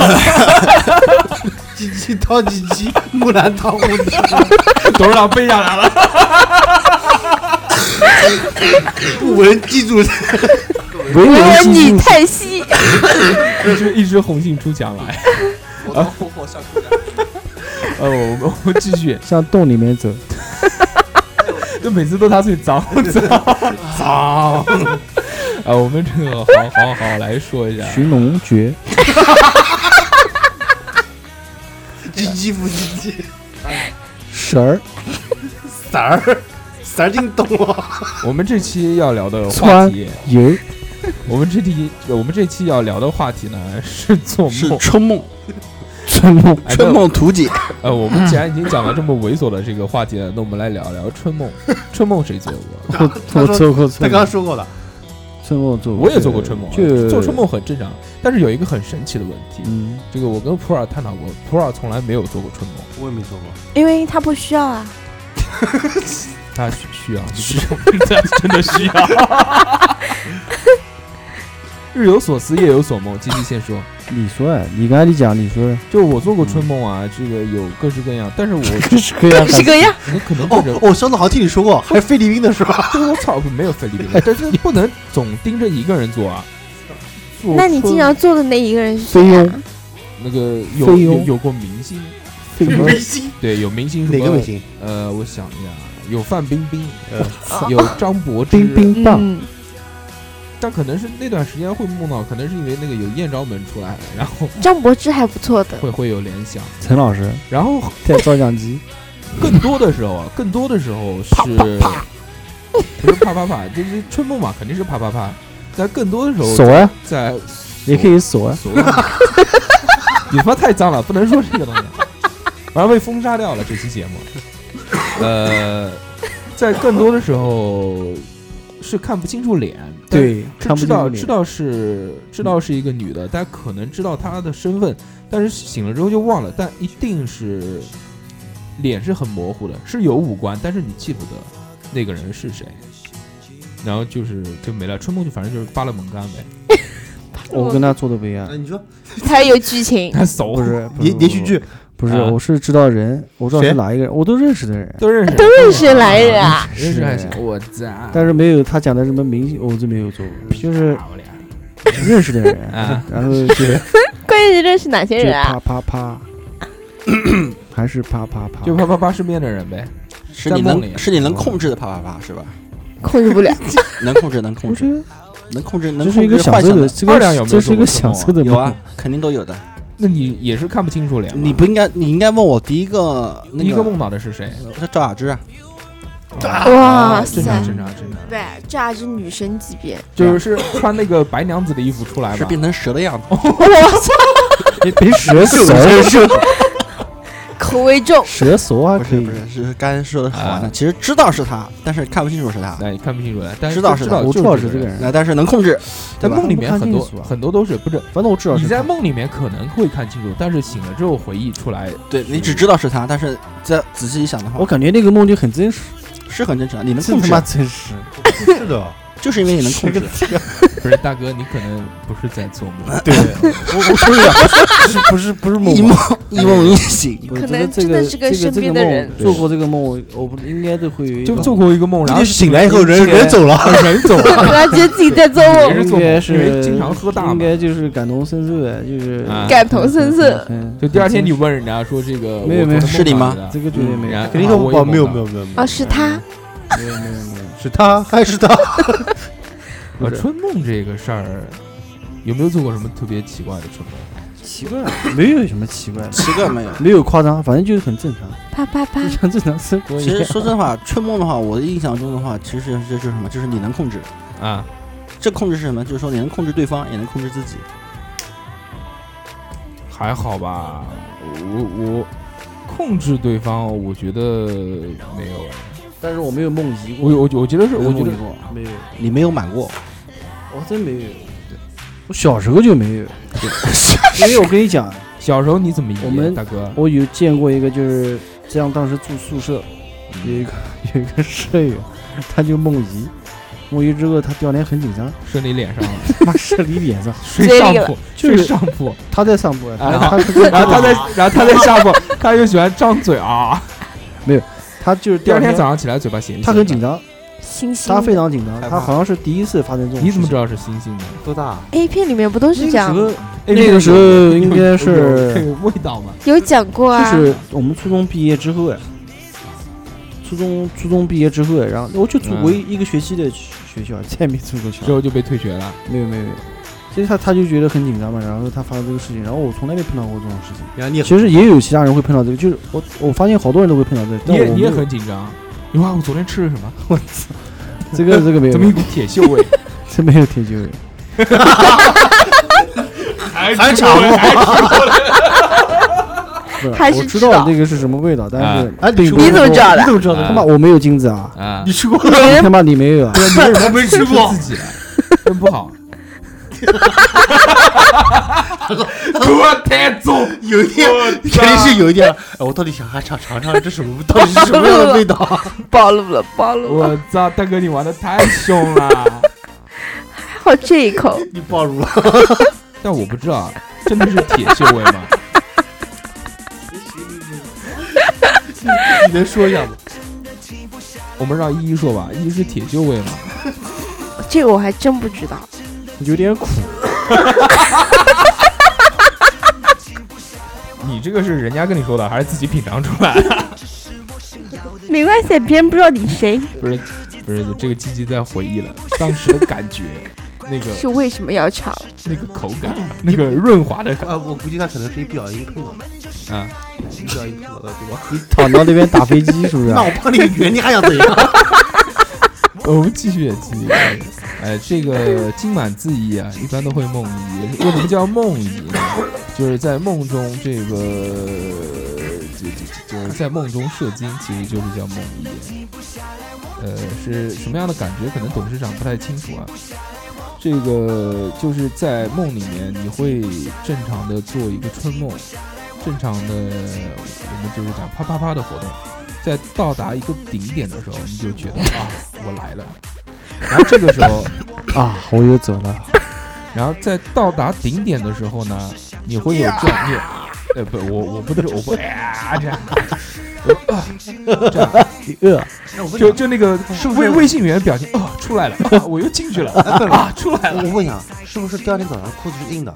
鸡鸡掏鸡鸡，木兰当户织。
董事长背下来了。
不闻记 住，
哎
唯
我
有
你
记住，
叹息，
一只一只红杏出墙来。呃，我们我们继续，
向洞里面走。
就每次都他最 脏脏脏。啊，我们这个好好好来说一下，
寻龙诀，
鸡鸡不鸡鸡，
神儿
色儿，色儿进洞啊！
我们这期要聊的话
川
题，
游，
我们这期我们这期要聊的话题呢是做
是
梦。
春梦，
春梦
哎
春梦图解，
呃，我们既然已经讲了这么猥琐的这个话题了， 那我们来聊聊春梦。春梦谁做过？
我我做过
他刚
春梦，
刚说过的，
春梦做过，
我也做过春梦啊，
就
做春梦很正常。但是有一个很神奇的问题，
嗯，
这个我跟普洱探讨过，普洱从来没有做过春梦。
我也没做过。
因为他不需要啊。
他需需要， 你不真的需要。 日有所思，夜有所梦。继续先说，
你说呀，啊你刚才你讲，你说 呀，
就我做过春梦啊，这个有各式各样，但 是我
这是可以啊，
是个样，
你可能对
哦
着，哦
我上次好像听你说过， 还是菲律宾的是吧？
我操，没有菲律宾，但是不能总盯着一个人做啊。做
那你
春
经常做的那一个人是
飞
谁
佣
啊？
那个有
菲
有
佣
有过明星，
飞
什么
佣，
星？
对，有明星什
哪个
么
明？星？呃
呃，我想一下，有范冰冰，呃
哦
有
啊
张柏芝，
冰冰棒，
嗯，
但可能是那段时间会梦到，可能是因为那个有艳照门出来，然后
张柏芝还不错的，
会会有联想，
陈老师
然后
带照 相机，
更多的时候 啊，更多的时候是不是啪啪啪，就是春梦嘛，肯定是啪啪啪。但更多的时候
锁呀，
在
也可以锁呀，
所谓， 你他妈太脏了，不能说这个东西，马上被封杀掉了这期节目。呃，在更多的时候是看不清楚脸，但
对，
知
看不
知
清
道
楚
知
脸，
道是知道是一个女的，但可能知道她的身份，但是醒了之后就忘了，但一定是脸是很模糊的，是有五官，但是你记不得那个人是谁。然后就是就没了，春梦就反正就是巴勒蒙干呗，
我跟他做的不一样，
哎
你说
才有剧情。
他熟
不是不是
连连续剧，
不是，
啊
我是知道人，我知道是
谁
哪一个人，我都认识的人，
都认识，
都认识来人 啊，
认识还
是
行，我在，
但是没有他讲的什么明星，我就没有做过，就是认识的人，
啊
然后 就是
关键是认识哪些
就
人啊
啪？啪 啪，还是啪啪啪，
就啪啪啪身边的人呗，
是
在
你
梦里
能是你能控制的啪啪啪是吧？
控制不了，
能控制，能控
我
制，
觉得
能控制，能
这
控
是一
制
个享
幻
受
想
的，
的。
这
二两有
个
没有
这是一
做过
个享
梦啊
受的
有
梦
啊，肯定都有的。
那你也是看不清楚脸吗，
你不应该，你应该问我第一个那
第一个梦到的是谁？啊
是赵雅芝啊，
哇塞
正！常正常正常，
对，这还是女神级别，
就是穿那个白娘子的衣服出来
是
吧，
变成蛇的样子。
别别 蛇怂，
口味重。
蛇怂还
不
可
是
以
不。是，是刚才说的好玩
啊
的。其实知道是他，但是看不清楚是他。
那你哎看不清楚的，但是
知道
就是知
他
道
我
就
知
是
道
这
是这
个
个
人。
人，
那但是能控制，
在
对吧
梦里面很多
我不看清楚啊
很多都是不是
反正我知道
你
是
在
他。
梦里面可能会看清楚，但是醒了之后回忆出来，
对你只知道是他，但是再仔细一想的话
我，感觉那个梦就很真实，
是很正常，你能
真
控
他
制，
妈真实，
是的，
就是因为你能控制。
不是大哥，你可能不是在做梦，
对，
我我不是不是不是梦
一梦一梦一醒，
我觉
可
得
能
这
真
个
的是跟
这个
身
这
边
个
的
梦
人
做过这个梦，我我不应该都会有一
就
个
做过一个梦，然后
醒来以啊后人人走了，
人走 了，
他觉得自己在做
也
梦，
是做
应
梦
该
因
是
为经常喝大嘛
应该就是感同身受的，就是
啊
感同身受。
嗯，
就第二天你问人家说这个
没有
我
没
做的
有
梦
是你吗
啊
这个绝对没有，
然后
肯定说
我
哦，
也
没有
梦
没有
到
没有没有，
哦，是他，
嗯
没有没有没有，
是他还哎是他？
呃，春梦这个事儿，有没有做过什么特别奇怪的春梦？
奇怪，啊没有什么奇怪的，
奇怪没有。
没有夸张，反正就是很正常，
啪啪啪
就，像正常生活 一
其实
样。
说真话，春梦的话，我的印象中的话，其实这就是什么，就是你能控制。
啊，
这控制是什么？就是说你能控制对方，也能控制自己。
还好吧，我我控制对方，我觉得没有，啊
但是我没有梦遗
我
过，
我我觉得是，我觉
没
得
有过，
没有，
啊
你没有满过，
我真没有。我小时候就没有， 因为我跟你讲，
小时候你怎么
我们
演，大哥？
我有见过一个，就是这样，当时住宿舍，
嗯
有一个有一个舍友，他就梦遗，梦遗之后他第二天很紧张，
射你脸上了，
妈 射你脸上，
睡
嘴
上
里
铺，
就是
睡上 铺，
他在上铺，他
然
他
后
他
然后他在，然后他在下铺，他就喜欢张嘴啊。
啊他就是
第
第
二
二
天
天
早上起来嘴巴咸咸，
他很紧。张，
星星
他非常紧张，
害怕
他好像是第一次发生这种。
你怎么知？道是星星哎的？
多大？
A 片里面不都是这样？
哎那个时候应该是
这个味道嘛，
有讲过
就
啊，
是我们初中毕业之后哎，初中初中毕业之后哎，然后我就
嗯
住过一一个学期的学校，再也没住过校
之。后就被退学了。
没有没有没有，其实他他就觉得很紧张嘛，然后他发生这个事情，然后我从来没碰到过这种事情。
然后你
其实也有其他人会碰到这个，就是我我发现好多人都会碰到这个，
你
但
也
我
你
没
也
有
很紧张。你哇，我昨天吃了什么？
这个这个没 有
怎么，一股铁锈味？
这没有铁锈。
哎
还长吗？
不
还是
嗯我
知
知
道
道那个是什么味道，但是
哎，你
并
吃
不
过
是
你怎么知道
你
的？
怎么知道
啊
的？
他妈我没有金子啊，
啊
你，吃过？
他妈 你没有啊，
我没吃过
自。己了，真不好。
我太重，有一天肯定是有一天了。哎，我到底想还尝尝尝这 什么，到底是什么样的味道？
暴露了，暴露了，
我操，大哥你玩的太凶了。
还好这一口，
你暴露了，
但我不知道，真的是铁锈 味吗？
你能说一下吗？
我们让依依说吧，依依是铁锈味吗？
这个我还真不知道。
有点苦。
你这个是人家跟你说的，还是自己品尝出来？
没关系，别人不知道你谁
不是， 不是，这个鸡鸡在回忆了当时的感觉，那个
是为什么要吵？
那个口感，那个润滑的感
啊，我估计他可能是一不小心碰到的，
啊，
一不小心碰到的，对吧？
躺到那边打飞机是不是 啊
那？ 我碰你个圆，你还想怎 样？
我们哦继续继续。哎，这个今满自缢啊，一般都会梦遗。为什么叫梦遗呢？就是在梦中这个，就就就是在梦中射精，其实就是叫梦遗。呃，是什么样的感觉？可能董事长不太清楚啊。这个就是在梦里面，你会正常的做一个春梦，正常的我们就是讲啪啪啪的活动。在到达一个顶点的时候，你就觉得啊，我来了。然后这个时候，
啊，我又走了。
然后在到达顶点的时候呢，你会有这样，你呃不，我我不是我 不啊这样，我啊这样，
饿，
就就那个微微信员表情啊出来了，啊我又进去了 啊出来了，
哎我问一下，是不是第二天早上裤子是硬的？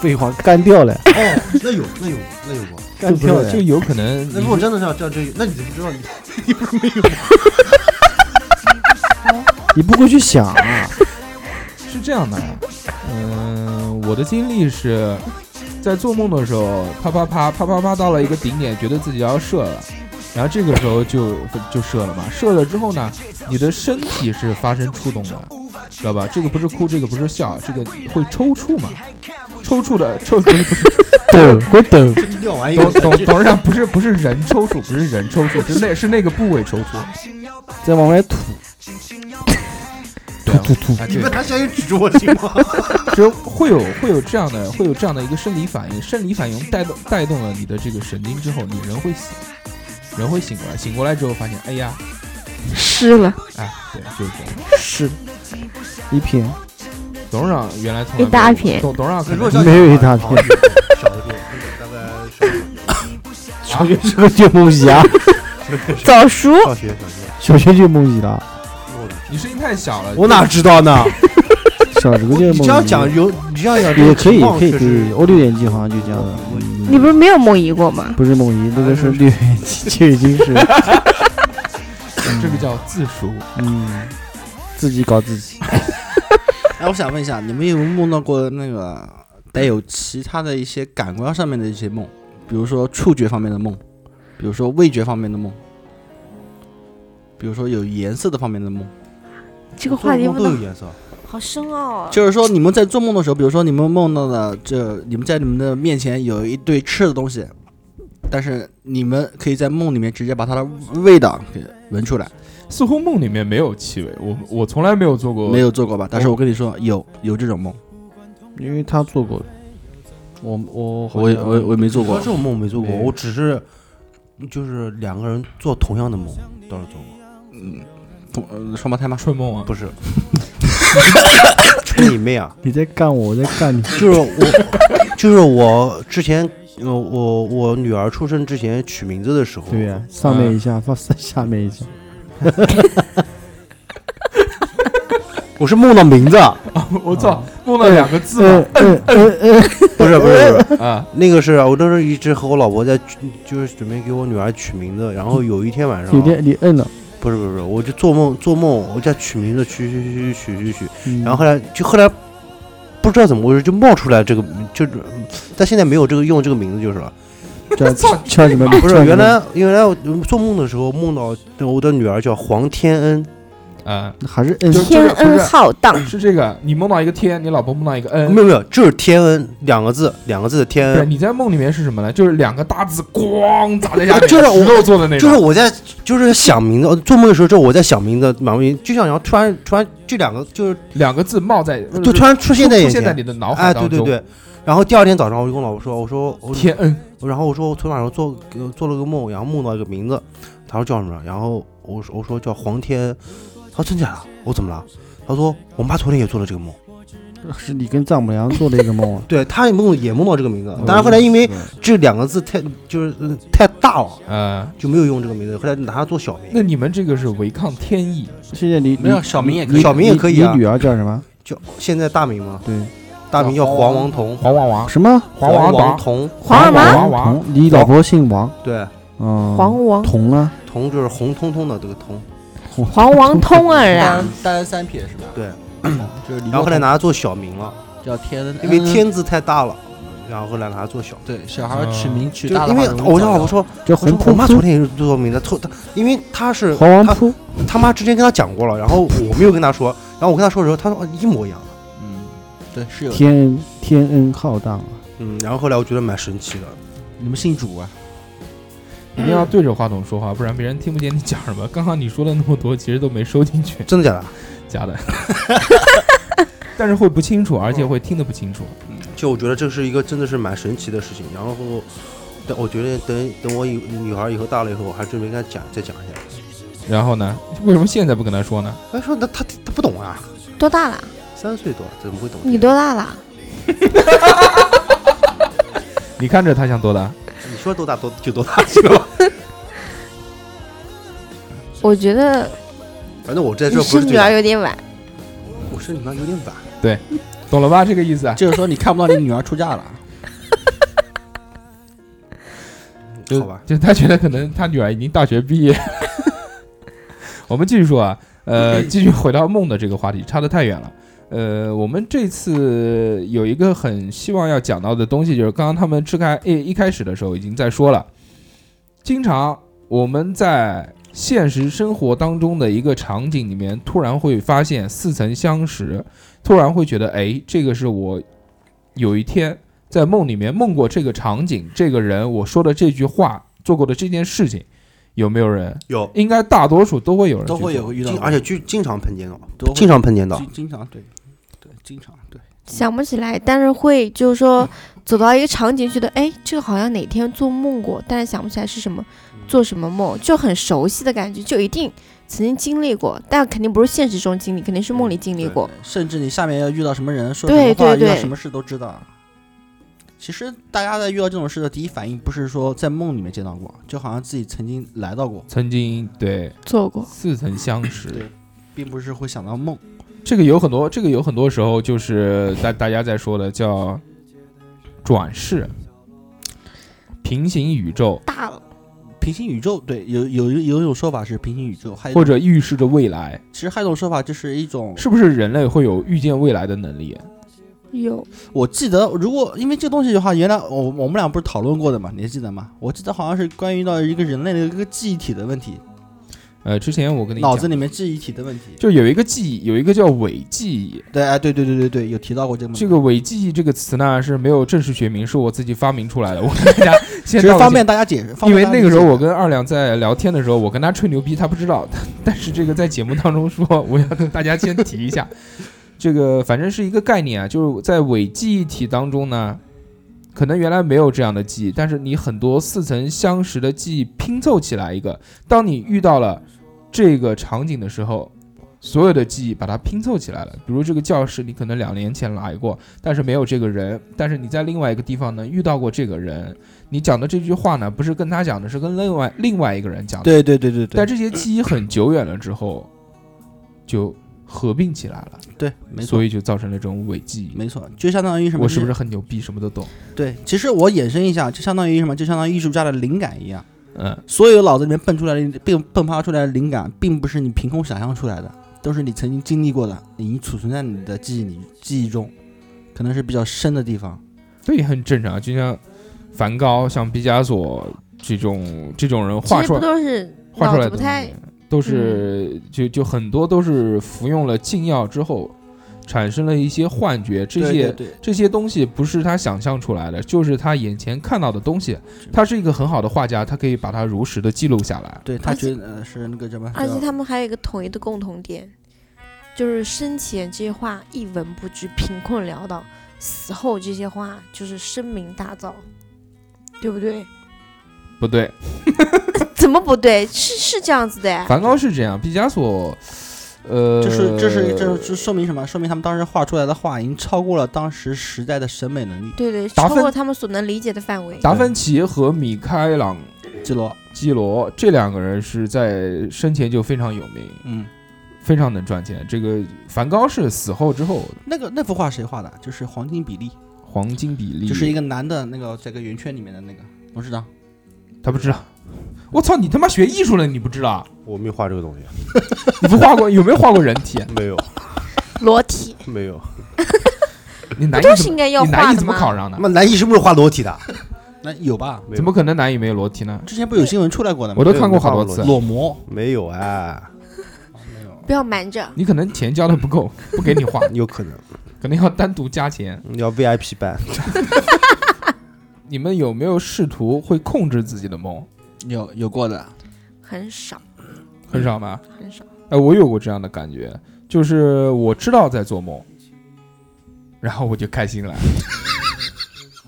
废话，干掉了，
哦，那有，那有，那有过。
干掉了
就。有可能
那如果真的是要这样，这那你怎么知道你你不是没有？
你不会去想啊？
是这样的，嗯、我的经历是在做梦的时候，啪啪啪啪啪啪到了一个顶点，觉得自己要射了，然后这个时候就就射了嘛，射了之后呢，你的身体是发生触动的，知道吧？这个不是哭，这个不是笑，这个会抽搐嘛，抽搿的抽不是不是
抖，会抖。
尿完以后
董，董董事长不是不是人抽搐，不是人抽搐，是那是那个部位抽搐，
再往外吐，
对啊
吐吐
啊
你
这
们
个
还想要指着我行 吗？
就会有会有这样的会有这样的一个生理反应，生理反应带动带动了你的这个神经之后，你人会醒，人会醒过来，醒过来之后发现，哎呀，
湿了，
哎，对，就是这样。
是一片，
董事长原来从来
一大
没有
片
董董事长可
如果
能
像
没有
你
一大
好
片
少一点，大概少一点
啊
小学是个救梦仪啊，
早熟。
小学小学，
小学救梦仪了，
我的
你声音太小了。
我哪知道呢？
小时候救
你
梦
这
仪。
样讲有，你这样讲这
也
个
可以，
情况
可以，
确
可
实嗯
以。我六年级好像就这样的，
你不
是
是没有梦遗过吗？
不是梦遗，那个
啊
是 六年级就已 经是，
这个叫自熟。
嗯，自己搞自己。
哎，我想问一下，你们有没有梦到过那个带有其他的一些感官上面的一些梦，比如说触觉方面的梦，比如说味觉方面的梦，比如说有颜色的方面的梦。
这个话题
做梦
问
都有
的
颜色，
好深奥啊！
就是说你们在做梦的时候，比如说你们梦到的这，你们在你们的面前有一堆吃的东西，但是你们可以在梦里面直接把它的味道给闻出来。
似乎梦里面没有气味，我我从来没有做过。
没有做过吧？但是我跟你说，有有这种梦，
因为他做过，我我好
我也
像
我也我也没做
我
过
这。种梦没做过，
对
我只是就是两个人做同样的梦，倒是做过，
嗯，同呃双胞胎吗？
春梦啊，
不是。 你妹啊！
你在干我，我在 干你，
就是我，就是我之前，呃，我我女儿出生之前取名字的时候，
对呀、上面一
嗯
下，放下下 面一下，
我是梦到名字，啊
我操，梦到两个字
呃
嘛
呃呃呃，
不是不是不是，
啊，
那个是我当时一直和我老婆在取，就是准备给我女儿取名字，然后有一天晚上，
有点你摁了，
不是不是不是，我就做梦做梦，我在取名字，取取取取取取取，
嗯
然后后来就后来不知道怎么回事就冒出来这个，就是但现在没有这个用这个名字就是了。
叫叫什么？
不是
叫什么
原来原来我做梦的时候梦到我的女儿叫黄天恩，
啊，
还是摁
就，
天恩浩荡，
嗯是这个，你梦到一个天，你老婆梦到一个恩
没。有没有，就是天恩两个字两个字的天
不是
恩，
你在梦里面是什么呢？就是两个大字咣砸在下面，
就是
石
我
头做的那
就是
种，
我在就是想名字，呃做梦的时候就是我在想名字，马文就像然后突然突然这两个就是
两个字冒在，呃
就突然嗯出现在眼
现在
前，
你的脑海
哎对
当
对
中。
对，然后第二天早上我就跟我老婆说，我说我
天恩，
然后我说我昨天晚上做呃做了个梦，然后梦到一个名字，他说叫什么？然后我说我说叫黄天，他说真假的？我说怎么了？他说我妈昨天也做了这个梦，。
是你跟丈母娘做了一个梦啊 呃
对他也梦也梦到这个名字，但嗯是后来因为这两个字太就是、呃太大了，
呃，
就没有用这个名字，后来拿它做小
那
名，
你们这个是违抗天意，
现在你
没有
你
小明也可
你
以
小明也可以啊
你女儿叫什么？
叫现在大名嘛，
对，
大名叫黄王彤，
黄王王，
什么？
黄王
王
王，
彤，
黄
王
二毛，
王王
彤，你老婆姓王，
对，
嗯，
黄王，
彤啊，
彤就是红彤彤的这个彤，
黄王通 儿啊
单！单三撇是吧？
对，
就是李
然后
若
后来
彤
拿它做小名了，
叫天恩，
因为天字太大了，嗯然后后来拿它做小名。
对小孩取名取
就
大了
因
话
为
容易找到，
我跟老婆说，
叫
我
红
说
扑
我妈昨
扑，
天也是做名字，她她因为她是
黄王
她
扑，
她妈之前跟她讲过了，然后我没有跟她说，然后我跟她说的时候，她说哦一模一样的，
嗯，对是有的。
天恩天恩浩荡啊！
嗯，然后后来我觉得蛮神奇的，
你们信主啊？
一定要对着话筒说话，不然别人听不见你讲什么。 刚刚你说了那么多，其实都没收进去，
真的假的？
假的。 但是会不清楚，而且会听得不清楚。
就我觉得这是一个真的是蛮神奇的事情，然后等我觉得等等我以女孩以后大了以后，我还准备跟她讲再讲一下。
然后呢，为什么现在不跟他说呢？
她哎说她她她不懂啊，
多大了？
三岁多怎么会懂？
你多大了？
你看着他像多大？
你说多大多就多大去了，
我觉得
反正我在这
你
不
生
是
女儿
最大，
有点晚，
我是你妈有点晚，
懂了吧？这个意思啊。
就是说你看不到你女儿出嫁了，啊
就
好吧？
就他觉得可能他女儿已经大学毕业。 我们继续说啊，呃，继续回到梦的这个话题，差得太远了。呃，我们这次有一个很希望要讲到的东西，就是刚刚他们支开一一开始的时候已经在说了，经常我们在现实生活当中的一个场景里面，突然会发现似曾相识，突然会觉得，哎，这个是我有一天在梦里面梦过这个场景、这个人、我说的这句话、做过的这件事情，有没有人？
有，
应该大多数都会有人去
都
做，
会有遇到
经
的，
而且就经常碰见到，
都会
经常碰见到。
经经常对对经常对。
想不起来，但是会就是说走到一个场景，觉得哎，这个好像哪天做梦过，但是想不起来是什么，做什么梦，就很熟悉的感觉，就一定曾经经历过，但肯定不是现实中经历，肯定是梦里经历过。
甚至你下面要遇到什么人，说什
对
么话，
对
遇到
对
什么事都知道。其实大家在遇到这种事的第一反应，不是说在梦里面见到过，就好像自己曾经来到过，
曾经对
做过，
似曾相识
对。并不是会想到梦。
这个有很多，这个有很多时候就是大大家在说的叫转世、平行宇宙
大了，
平行宇宙，对，有有有一种说法是平行宇宙，还有
或者预示着未来，
其实还有一种说法就是一种，
是不是人类会有预见未来的能力？
有
我记得如果因为这东西的话，原来我我们俩不是讨论过的嘛，你还记得吗？我记得好像是关于到一个人类的一个记忆体的问题，
呃，之前我跟你
脑
讲，
子里面记忆体的问题。
就有一个记忆，有一个叫伪记忆。
对，哎，对对对对对，有提到过这个问题。
这个伪记忆这个词呢是没有正式学名，是我自己发明出来的。 我跟大家先
只是
道个
方
歉
便大家解释，方
因
便
为
大家
那个时候
理解
我跟二两在聊天的时候，我跟他吹牛逼，他不知道。但但是这个在节目当中说，我要跟大家先提 一下，这个反正是一个概念啊，就是在伪记忆体当中呢，可能原来没有这样的记忆，但是你很多似曾相识的记忆拼凑起来一个，当你遇到了这个场景的时候。所有的记忆把它拼凑起来了，比如这个教室，你可能两年前来过，但是没有这个人，但是你在另外一个地方呢遇到过这个人，你讲的这句话呢，不是跟他讲的，是跟另外另外一个人讲的。
对对对对对
但，这些记忆很久远了之后，就合并起来了，
对，没错
所以就造成了这种伪记忆。
没错，就相当于什么？
我是不是很牛逼，什么都懂？
对？其实我衍生一下，就相当于什么？就相当于艺术家的灵感一样，
嗯，
所有脑子里面蹦出来的、并迸发出来的灵感，并不是你凭空想象出来的，都是你曾经经历过的，已经储存在你的记忆里、记忆中，可能是比较深的地方。
这也很正常。就像梵高、像毕加索这种这种人
其
画
实
出
不
来
都是
画
脑
出
子
来的
不
东
太嗯
西，都是、就就很多都是服用了禁药之后产生了一些幻觉，这些
对对对
这些东西不是他想象出来的，就是他眼前看到的东西。他是一个很好的画家，他可以把它如实的记录下来。
对他
而且
觉得呃是那个什么？
而且
啊
叫
他们还有一个统一的共同点，就是生前这些话一文不值，贫困潦倒；死后这些话就是声名大噪，对不对？
不对，
怎么不对？是是这样子的哎，
梵高是这样，毕加索，呃，
这是这是这是这说明什么？说明他们当时画出来的画已经超过了当时时代的审美能力。
对对，
达
超过
芬
他们所能理解的范围。
达芬奇和米开朗
记罗，
基罗这两个人是在生前就非常有名，
嗯，
非常能赚钱。这个梵高是死后之后
那个那幅画谁画的？就是黄金比例。
黄金比例，
就是一个男的那个在个圆圈里面的那个董事长，
他不知道。我操！你他妈学艺术了，你不知道？啊
我没画这个东西，
你不画过有没有画过人 体？啊
没有
裸体
没有。
你
不
男
就
艺
是
怎么
应该要
你男
画
艺
的
怎么考
吗？
上的
他？妈男艺是不是画裸体的？
那有吧？
没有
怎么可能男艺没有裸体呢？
之前不是有新闻出来过的
哎
吗？
我都看过好多次
对。
裸模，
没有啊？
没有，
不要瞒着，
你可能钱交的不够，不给你画，
有可能
可能要单独加钱。
你要 VIP 办，
你们有没有试图会控制自己的梦？
有有过的。
很少
很少吧？
很少。
哎，我有过这样的感觉，就是我知道在做梦，然后我就开心了。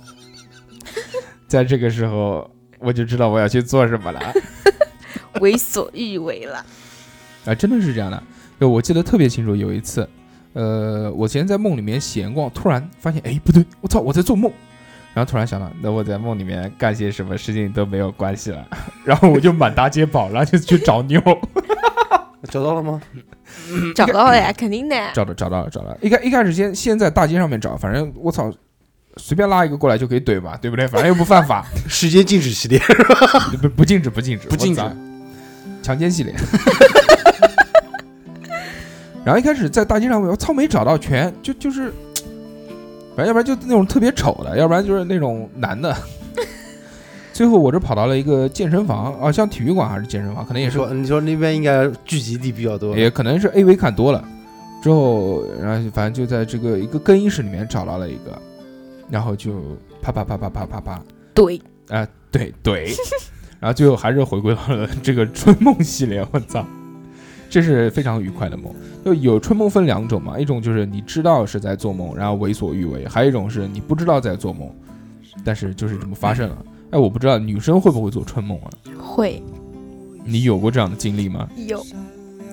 在这个时候，我就知道我要去做什么了。
为所欲为了。
啊，真的是这样的。就我记得特别清楚，有一次，呃，我之前在梦里面闲逛，突然发现，哎，不对，我操，我在做梦。然后突然想到，那我在梦里面干些什么事情都没有关系了。然后我就满大街跑，然后就去找妞，
找到了吗？
找到了呀，肯定的。
嗯找到找到了找到了。一开一开始先先在大街上面找，反正我操，随便拉一个过来就可以怼嘛，对不对？反正又不犯法，
时间静止系列，
不不禁止不禁止
不禁止
我操强奸系列。 然后一开始在大街上，我操没找到全，就就是，反正要不然就那种特别丑的，要不然就是那种男的。 最后我这跑到了一个健身房啊，像体育馆还是健身房，可能也
你
是
说你说那边应该聚集地比较多，
也可能是 AV 看多了，之后然后反正就在这个一个更衣室里面找到了一个，然后就啪啪啪啪啪啪啪，
对，
对怼，然后最后还是回归到了这个春梦系列，我操，这是非常愉快的梦。就有春梦分两种嘛，一种就是你知道是在做梦，然后为所欲为；还有一种是你不知道在做梦，但是就是这么发生了。哎，我不知道女生会不会做春梦啊？
会
你有过这样的经历吗？
有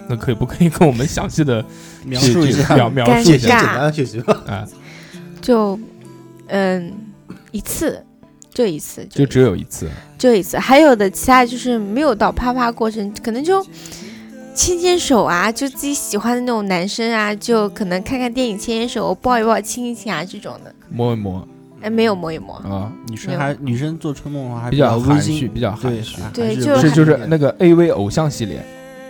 那可以不可以跟我们详细的
描述一下，
描描
干
述一
简
下
尬
单学习吧。
啊？
就嗯一次，就一次，
就
一
只有一次，
就一次，还有的其他就是没有到啪啪过程，可能就牵牵手啊，就自己喜欢的那种男生啊，就可能看看电影牵牵手，抱一抱亲一亲啊这种的，
摸一摸
哎，没有摸一
嗯
摸，
啊，
女生还女生做春梦的话还
比较
较温
含
馨
蓄，，比较含
对啊
蓄，
还
对
还
就
是
是
就是那个 A V 偶像系列，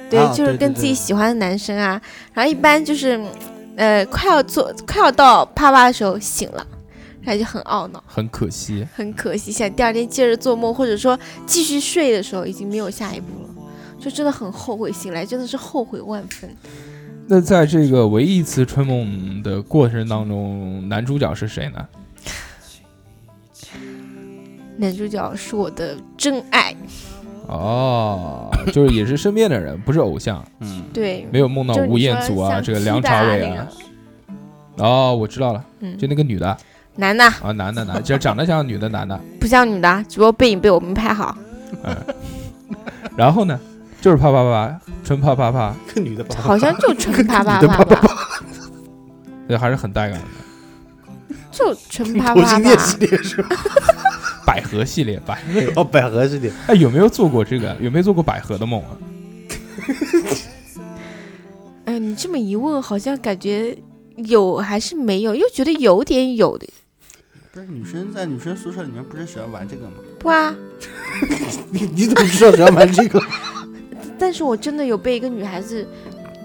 对，
啊
就是
对
跟
对
自己
对
喜欢的男生啊，然后一般就是，呃，快要做快要到啪啪的时候醒了，然后就很懊恼，
很可惜。
很可惜，想第二天接着做梦，或者说继续睡的时候已经没有下一步了，就真的很后悔，醒来真的是后悔万分。
那在这个唯一一次春梦的过程当中，男主角是谁呢？
男主角是我的真爱，
哦，就是也是身边的人，不是偶像，
嗯，
对，
没有梦到
就是你
吴彦
说
祖啊，
像
这个
T
梁
大
朝伟
那
啊
个。
哦，我知道了，就
嗯，
那个女的
男的
啊，男的男的，就长得像女的男的。
不像女的，只不过背影被我们拍好，
然后呢，就是啪啪啪，纯啪啪啪，
跟女的吧，
好像就 纯啪啪
女的
啪
啪
吧，
对，还是很带感的。
就纯啪
同
啪
性
吧
恋。系列是吧？
百合系列，百合
哦，百合系列，
哎，有没有做过这个？有没有做过百合的梦啊？
哎，你这么一问，好像感觉有还是没有，又觉得有点有的，
不是女生在女生宿舍里面不是喜欢玩这个吗？
不啊？
你你怎么知道只要玩这个？
但是我真的有被一个女孩子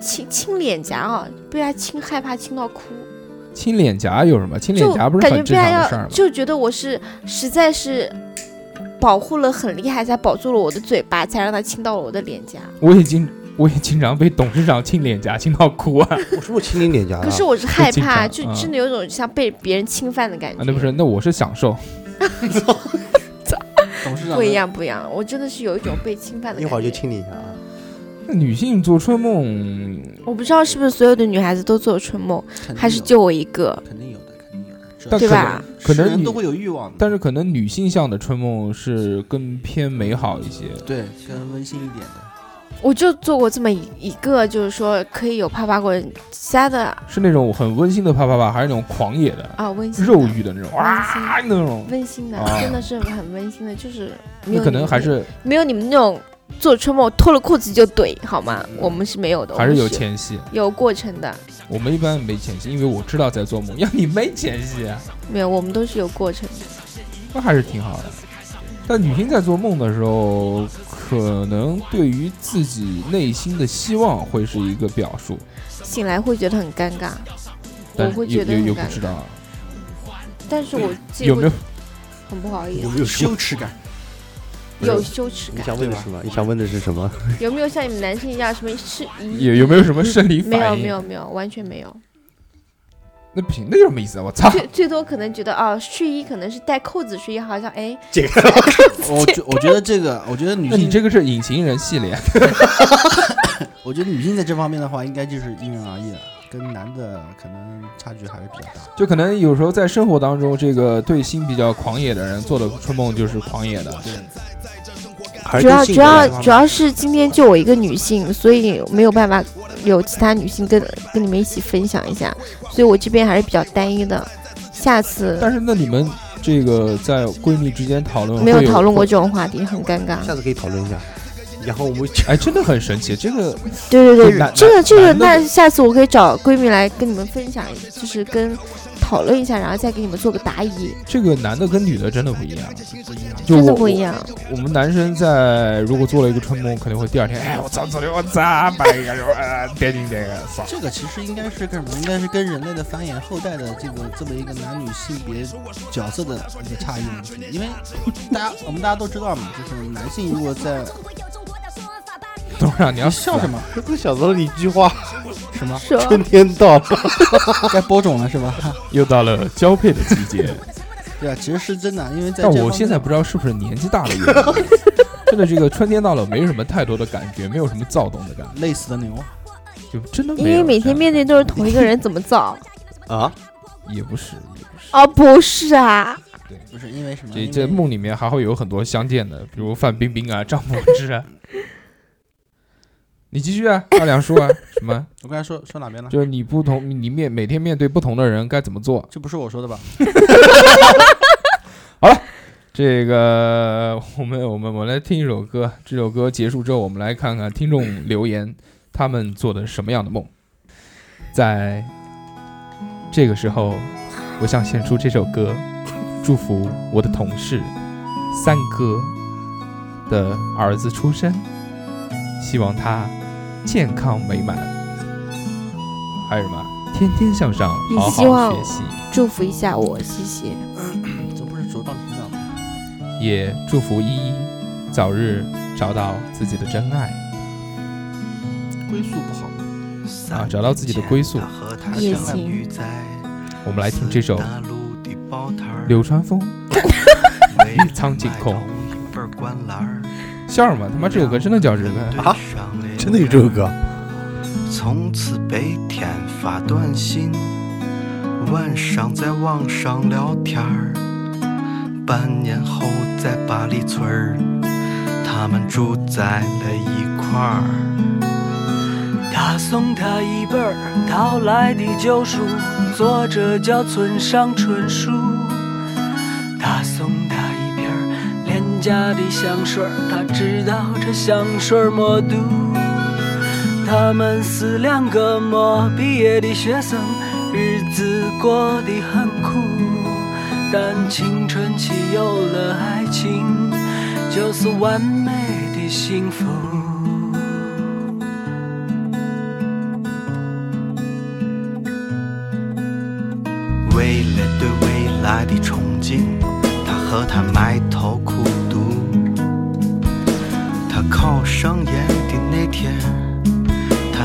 亲亲脸颊啊，被她亲害怕亲到哭，
亲脸颊有什么？亲脸
就
颊不是
感觉
很
被
正
她
常的啊事儿
要
吗？
就觉得我是实在是保护了很厉害，才保住了我的嘴巴，才让她亲到了我的脸颊。
我已经，我也经常被董事长亲脸颊亲到哭 啊！
我说我亲你脸颊了
可是，我是害
经
怕，
常
就
嗯
真的有种像被别人侵犯的感觉。
啊，那不是，那我是享受。
董事长
不一，样，不一样，我真的是有一种被侵犯的感
一
觉。
会儿就亲你一下啊。
那女性做春梦，
我不知道是不是所有的女孩子都做春梦，
肯定
还是
有
就我一个，
肯定有的，肯定有的，这
但
对
可
吧
能可
是
能
人
你
都会有欲望的，
但是可能女性向的春梦是更偏美好一些。
对更温馨一 点的，
我就做过这么一一个，就是说可以有啪啪过，其他的
是那种很温馨的啪啪啪，还是那种狂野的、
啊温馨的
肉欲的那种哇那种？
温馨的，
啊
真的是很温馨的，就是
那
没有
可
你
能
们
还是
没有你们那种做春梦脱了裤子就怼好吗？我们是没有的，
还是
我们
有前戏。
有过程的，
我们一般没前戏，因为我知道在做梦。要你没前戏，啊
没有，我们都是有过程的。
那还是挺好的。但女性在做梦的时候，可能对于自己内心的希望会是一个表述，
醒来会觉得很尴尬，我
但
会
是
觉
又
得
又
很
又
尴
不知
尬，
道啊
但是我自己
有没有
会很不好意
有
思，
没有什么
羞耻感。
不是
有羞耻
你
感。
想问的是什么？你想问的是什么？
有没有像你们男生一样什么是一？
啊有有没有什
嗯
么生理反
没
应？啊
有没有没有，完全没有。
那不行，那有什么意思啊？我操！
最最多可能觉得哦，睡衣可能是带扣子睡衣，好像哎，
解开了，
我觉我觉得这个，我觉得女
那你
性，
这个是隐形人系列，
我觉得女性在这方面的话，应该就是因人而异了，跟男的可能差距还是比较大。
就可能有时候在生活当中，这个对心比较狂野的人做的春梦就是狂野的。
还
主要
是
主
性格的
要主要是今天就我一个女性，所以没有办法有其他女性跟跟你们一起分享一下，所以我这边还是比较单一的。下次
但是那你们这个在闺蜜之间讨论
没有
会
讨论过
会
这种话题，很尴尬。
下次可以讨论一下。然后我们
哎，真的很神奇，这个
对对
就
对
男，
这个这个，
男的
那下次我可以找闺蜜来跟你们分享，就是跟讨论一下，然后再给你们做个答疑，
这个男的跟女的真的不一样，就
真的
我
不一。样。
我们男生在如果做了一个春梦，肯定会第二天，哎，我操，昨天我操，把一个啊，点进这个，操，
这个其实应该是干什么？应该是跟人类的繁衍后代的这个这么一个男女性别角色的一个差异问题。因为大家我们大家都知道嘛，就是男性如果在
董事长你要
你笑什么？
我想到了一句话：
什么
说
春天到了，
该播种了是吧？
又到了交配的季节，
对啊，其实是真的，因为在
但
这
我
方
现在
面
不知道是不是年纪大了 原因，真的这个春天到了，没什么太多的感觉，没有什么躁动的感
累死的牛，
觉，就真的没
因
有
为每天
这样
面对都是同一个人，怎么 造？
啊，
也不是，也不是。
哦，不是啊，
不是因为什么？
这
因
这
为
梦里面还会有很多相见的，比如范冰冰啊、张柏芝啊。你继续啊，大梁说啊，什么？
我刚才说说哪边了？
就是你不同，你面每天面对不同的人该怎么做？
这不是我说的吧？
这个，我们我们我们来听一首歌，这首歌结束之后，我们来看看听众留言，他们做的什么样的梦。在这个时候，我想献出这首歌，祝福我的同事三哥的儿子出生，希望他健康美满。还有什么？天天向上，
你
好
希望
好学习。
祝福一下我，谢谢。
这不是茁壮成长吗？
也祝福依依早日找到自己的真爱
归宿不好，
啊，找到自己的归宿。
也行，
我们来听这首流川枫《与苍井空》。笑什么？他妈这首歌真的叫这个？
啊， 真的有这首歌？
从此被天发短信，晚上在网上聊天儿。半年后在八里村儿，他们住在了一块儿。他送她一本儿淘来的旧书，作者叫村上春树。他送她一瓶儿廉价的香水儿，他知道这香水儿没毒。他们是两个没毕业的学生，日子过得很苦。但青春期有了爱情，就是完美的幸福。为了对未来的憧憬，他和她埋头苦读。他考上研的那天。他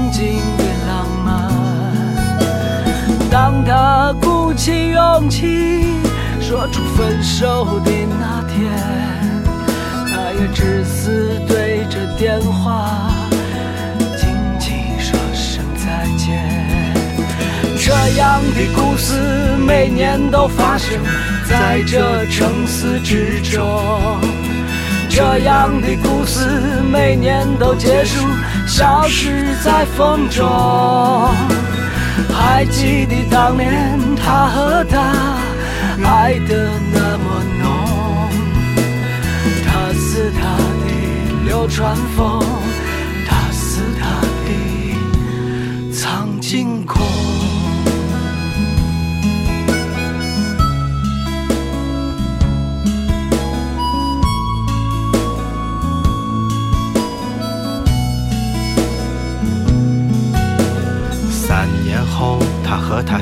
经的浪漫。当他鼓起勇气说出分手的那天，他也只是对着电话轻轻说声再见。这样的故事每年都发生在这城市之中。这样的故事每年都结束，消失在风中。还记得当年他和她爱得那么浓，他是他的流川枫，他是他的苍井空。三年后，他和她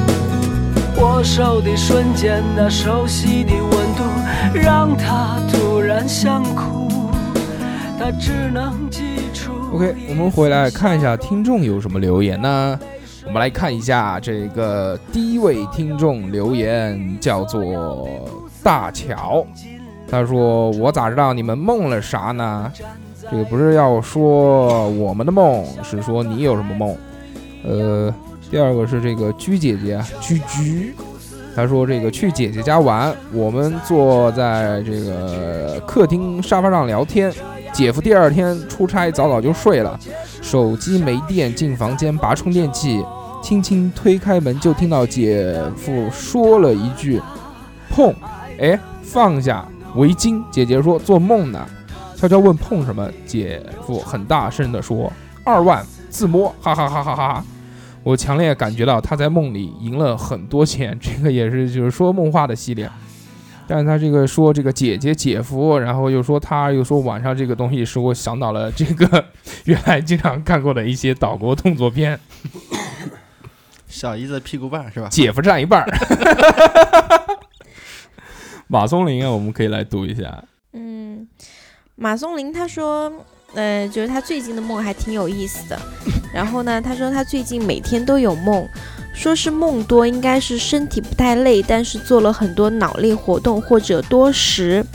握手的瞬间，那熟悉的温度让他突然想哭，他只能记住。
OK，我们回来看一下听众有什么留言呢？我们来看一下这个第一位听众留言，叫做大乔，他说：“我咋知道你们梦了啥呢？这个不是要说我们的梦，是说你有什么梦。”呃，第二个是这个居姐姐啊，居居，她说这个去姐姐家玩，我们坐在这个客厅沙发上聊天，姐夫第二天出差早早就睡了，手机没电，进房间拔充电器，轻轻推开门就听到姐夫说了一句：“碰，哎，放下围巾。”姐姐说：“做梦呢。”悄悄问碰什么，姐夫很大声地说：“二万，自摸，哈哈哈哈哈哈。”我强烈感觉到他在梦里赢了很多钱，这个也是就是说梦话的系列。但是他这个说这个姐姐姐夫，然后又说他，又说晚上这个东西，使我想到了这个原来经常看过的一些岛国动作 片，
小姨子屁股瓣儿是吧？
姐夫占一半儿。马松林啊，我们可以来读一下。
嗯，马松林他说，呃，觉得他最近的梦还挺有意思的。然后呢，他说他最近每天都有梦，说是梦多，应该是身体不太累，但是做了很多脑力活动或者多食。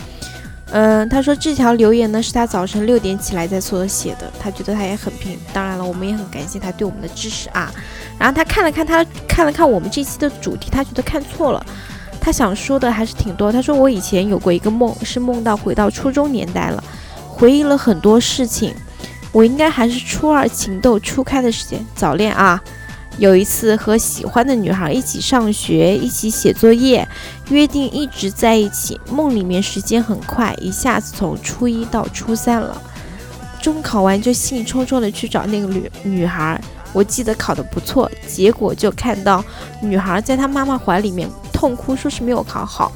嗯、他说这条留言呢是他早晨六点起来在厕所写的，他觉得他也很拼。当然了，我们也很感谢他对我们的支持啊。然后他看了看他看了看我们这期的主题，他觉得看错了。他想说的还是挺多。他说我以前有过一个梦，是梦到回到初中年代了，回忆了很多事情。我应该还是初二情窦初开的时间，早恋啊。有一次和喜欢的女孩一起上学，一起写作业，约定一直在一起。梦里面时间很快，一下子从初一到初三了。中考完就兴冲冲的去找那个女女孩，我记得考得不错，结果就看到女孩在她妈妈怀里面痛哭，说是没有考好。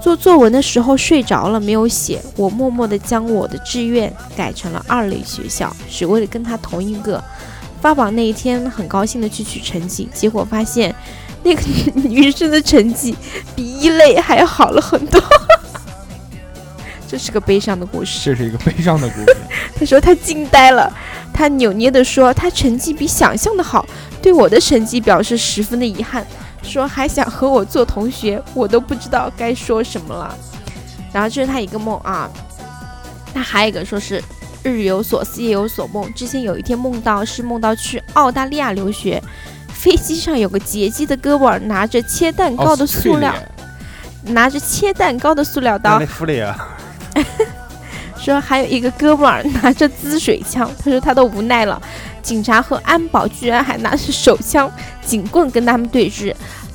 做作文的时候睡着了，没有写。我默默地将我的志愿改成了二类学校，只为了跟她同一个。发榜那一天，很高兴地去取成绩，结果发现那个女生的成绩比一类还要好了很多。 这是个悲伤的故事。
这是一个悲伤的故事。
他说他惊呆了，他扭捏地说他成绩比想象的好，对我的成绩表示十分的遗憾，说还想和我做同学，我都不知道该说什么了。然后这是他一个梦啊，他还有一个说是日有所思夜有所梦，之前有一天梦到是梦到去澳大利亚留学，飞机上有个劫机的哥们儿拿着切蛋糕
哦
的塑料，拿着切蛋糕的塑料刀
那福利啊，
说还有一个哥们儿拿着滋水枪，他说他都无奈了，警察和安保居然还拿着手枪、警棍跟他们对峙。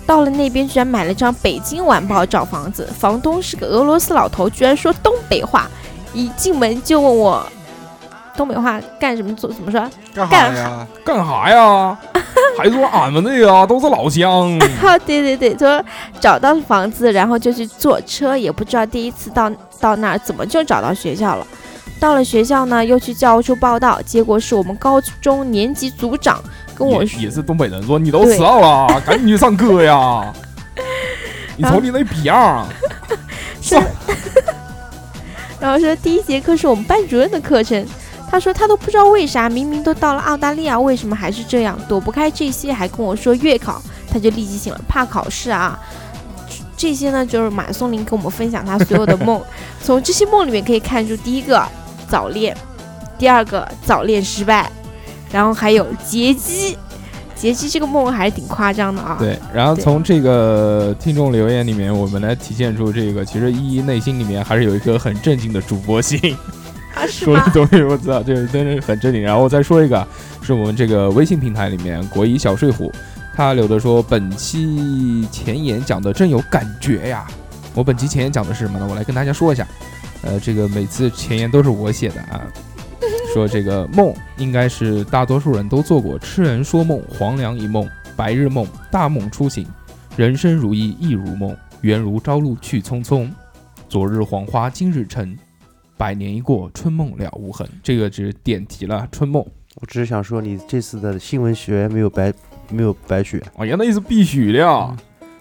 到了那边，居然买了张《北京晚报》找房子，房东是个俄罗斯老头，居然说东北话，一进门就问我东北话干什么做怎么说？
干
干
啥呀？
干啥呀？还说俺们这个都是老乡，
哈， 对对对，说找到了房子，然后就去坐车，也不知道第一次到到那儿怎么就找到学校了。到了学校呢，又去教务处报到，结果是我们高中年级组长跟我
也
说，
也是东北人，说你都迟到了，赶紧去上课 呀！你瞅你那逼样儿，
然后说第一节课是我们班主任的课程。他说他都不知道为啥，明明都到了澳大利亚，为什么还是这样？躲不开这些，还跟我说月考，他就立即醒了，怕考试啊。这些呢，就是马松林跟我们分享他所有的梦。从这些梦里面可以看出，第一个早恋，第二个早恋失败，然后还有劫机。劫机这个梦还是挺夸张的啊。
对，然后
对
从这个听众留言里面，我们来体现出这个，其实依依内心里面还是有一颗很正经的主播心，
啊，是
说的
吗？
东西我知道，这真是很正经。然后我再说一个，啊是我们这个微信平台里面国医小睡虎，他留的说本期前言讲的真有感觉呀。我本期前言讲的是什么呢？我来跟大家说一下。呃，这个每次前言都是我写的啊。说这个梦应该是大多数人都做过，痴人说梦，黄粱一梦，白日梦，大梦初醒，人生如意亦如梦，缘如朝露去匆匆，昨日黄花今日晨，百年一过，春梦了无痕。这个只是点题了，春梦。
我只是想说，你这次的新闻学没有白没有白学，
哦，原来意思必须啊的呀。嗯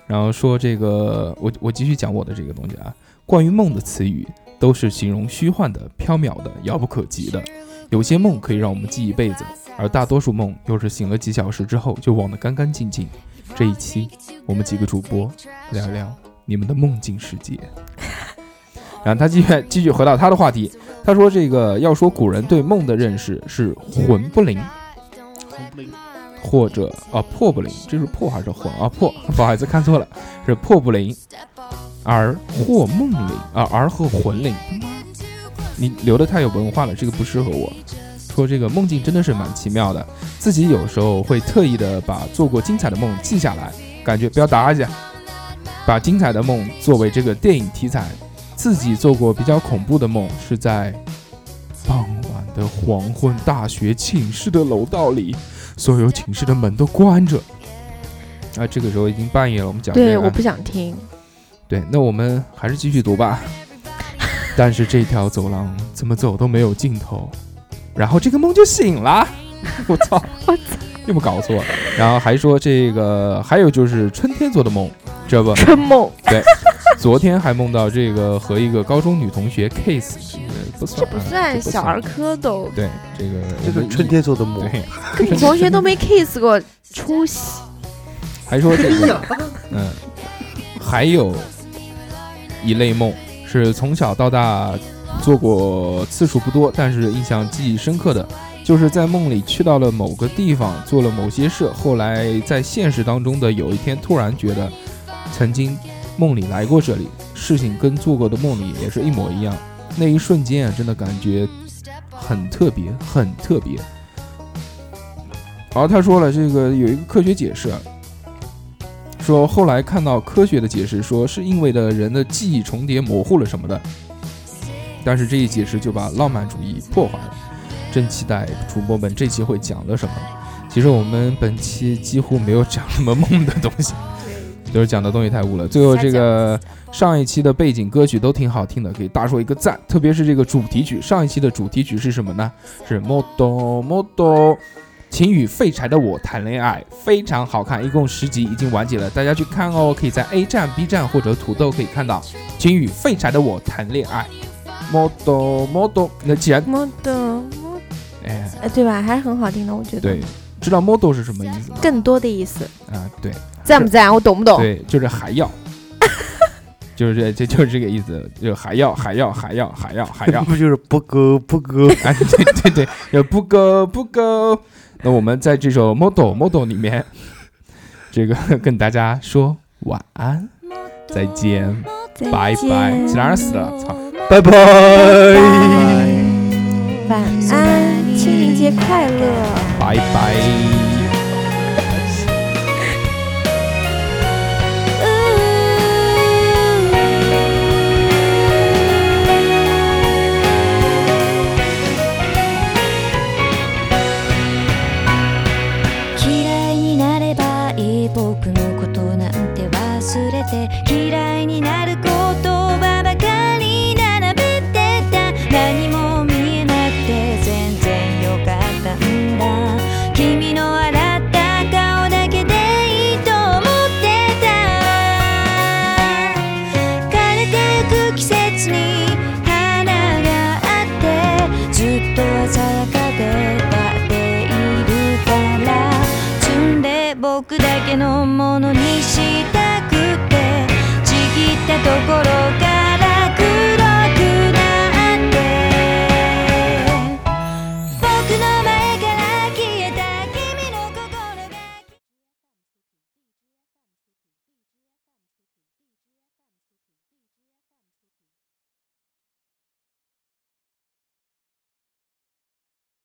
然后说这个，我我继续讲我的这个东西啊。关于梦的词语，都是形容虚幻的、缥缈的、遥不可及的。有些梦可以让我们记一辈子，而大多数梦又是醒了几小时之后就忘得干干净净。这一期我们几个主播 聊一聊你们的梦境世界。然后他继续继续回到他的话题，他说这个要说古人对梦的认识是魂不灵，或者啊魄不灵，这是魄还是魂啊魄？ 不好意思看错了，是魄不灵，而或梦灵啊而和魂灵。你留的太有文化了，这个不适合我。说这个梦境真的是蛮奇妙的，自己有时候会特意的把做过精彩的梦记下来，感觉不要打一下，把精彩的梦作为这个电影题材。自己做过比较恐怖的梦是在傍晚的黄昏，大学寝室的楼道里，所有寝室的门都关着。啊，这个时候已经半夜了，我们讲这
对，
个
我不想听。
对，那我们还是继续读 吧。但是这条走廊怎么走都没有尽头，然后这个梦就醒了。 我操！
我
有没有搞错？然后还说这个，还有就是春天做的梦，知道不？
春梦，
昨天还梦到这个和一个高中女同学 kiss，这个不算
这不算小儿。
啊
科都，
对，这个
这
我
个
们
春天做的梦，
对，
跟你同学都没 kiss 过，出息。
还说这个，嗯，还有一类梦是从小到大做过次数不多，但是印象记忆深刻的，就是在梦里去到了某个地方，做了某些事，后来在现实当中的有一天突然觉得曾经梦里来过这里，事情跟做过的梦里也是一模一样。那一瞬间啊，真的感觉很特别，很特别。然后他说了，这个有一个科学解释啊，说后来看到科学的解释，说是因为的人的记忆重叠模糊了什么的，但是这一解释就把浪漫主义破坏了。真期待主播们这期会讲了什么。其实我们本期几乎没有讲什么梦的东西，就是讲的东西太无了。最后这个上一期的背景歌曲都挺好听的，给大硕一个赞，特别是这个主题曲。上一期的主题曲是什么呢？是《莫多莫多》。请与废柴的我谈恋爱，非常好看，一共十集已经完结了，大家去看哦，可以在 A 站、B 站或者土豆可以看到。请与废柴的我谈恋爱，莫多莫多。那既然
么的，
哎，
哎，对吧？还是很好听的，我觉得。
对，，知道 model 是什么意思吗？
更多的意思，
啊，对
赞不赞？我懂不懂？
对，就是还要， 就是这，这就是这个意思，就还要还要还要还要 还 要，
不就是不够不够？
哎，对对对，就不够不够。那我们在这首 model model 里面，这个 跟大家说晚安，再见，
再
拜拜，
见
其他人死了，操。
拜拜。
晚安，清明节快乐。
拜拜。
嫌いになればいい僕のことなんて忘れて嫌いになる言葉ばかり並べてた何も見えなくて全然よかったんだ君の笑った顔だけでいいと思ってた枯れてゆく季節に花があってずっと鮮やかで立っているから純礼僕だけのものにしたくてちぎったところから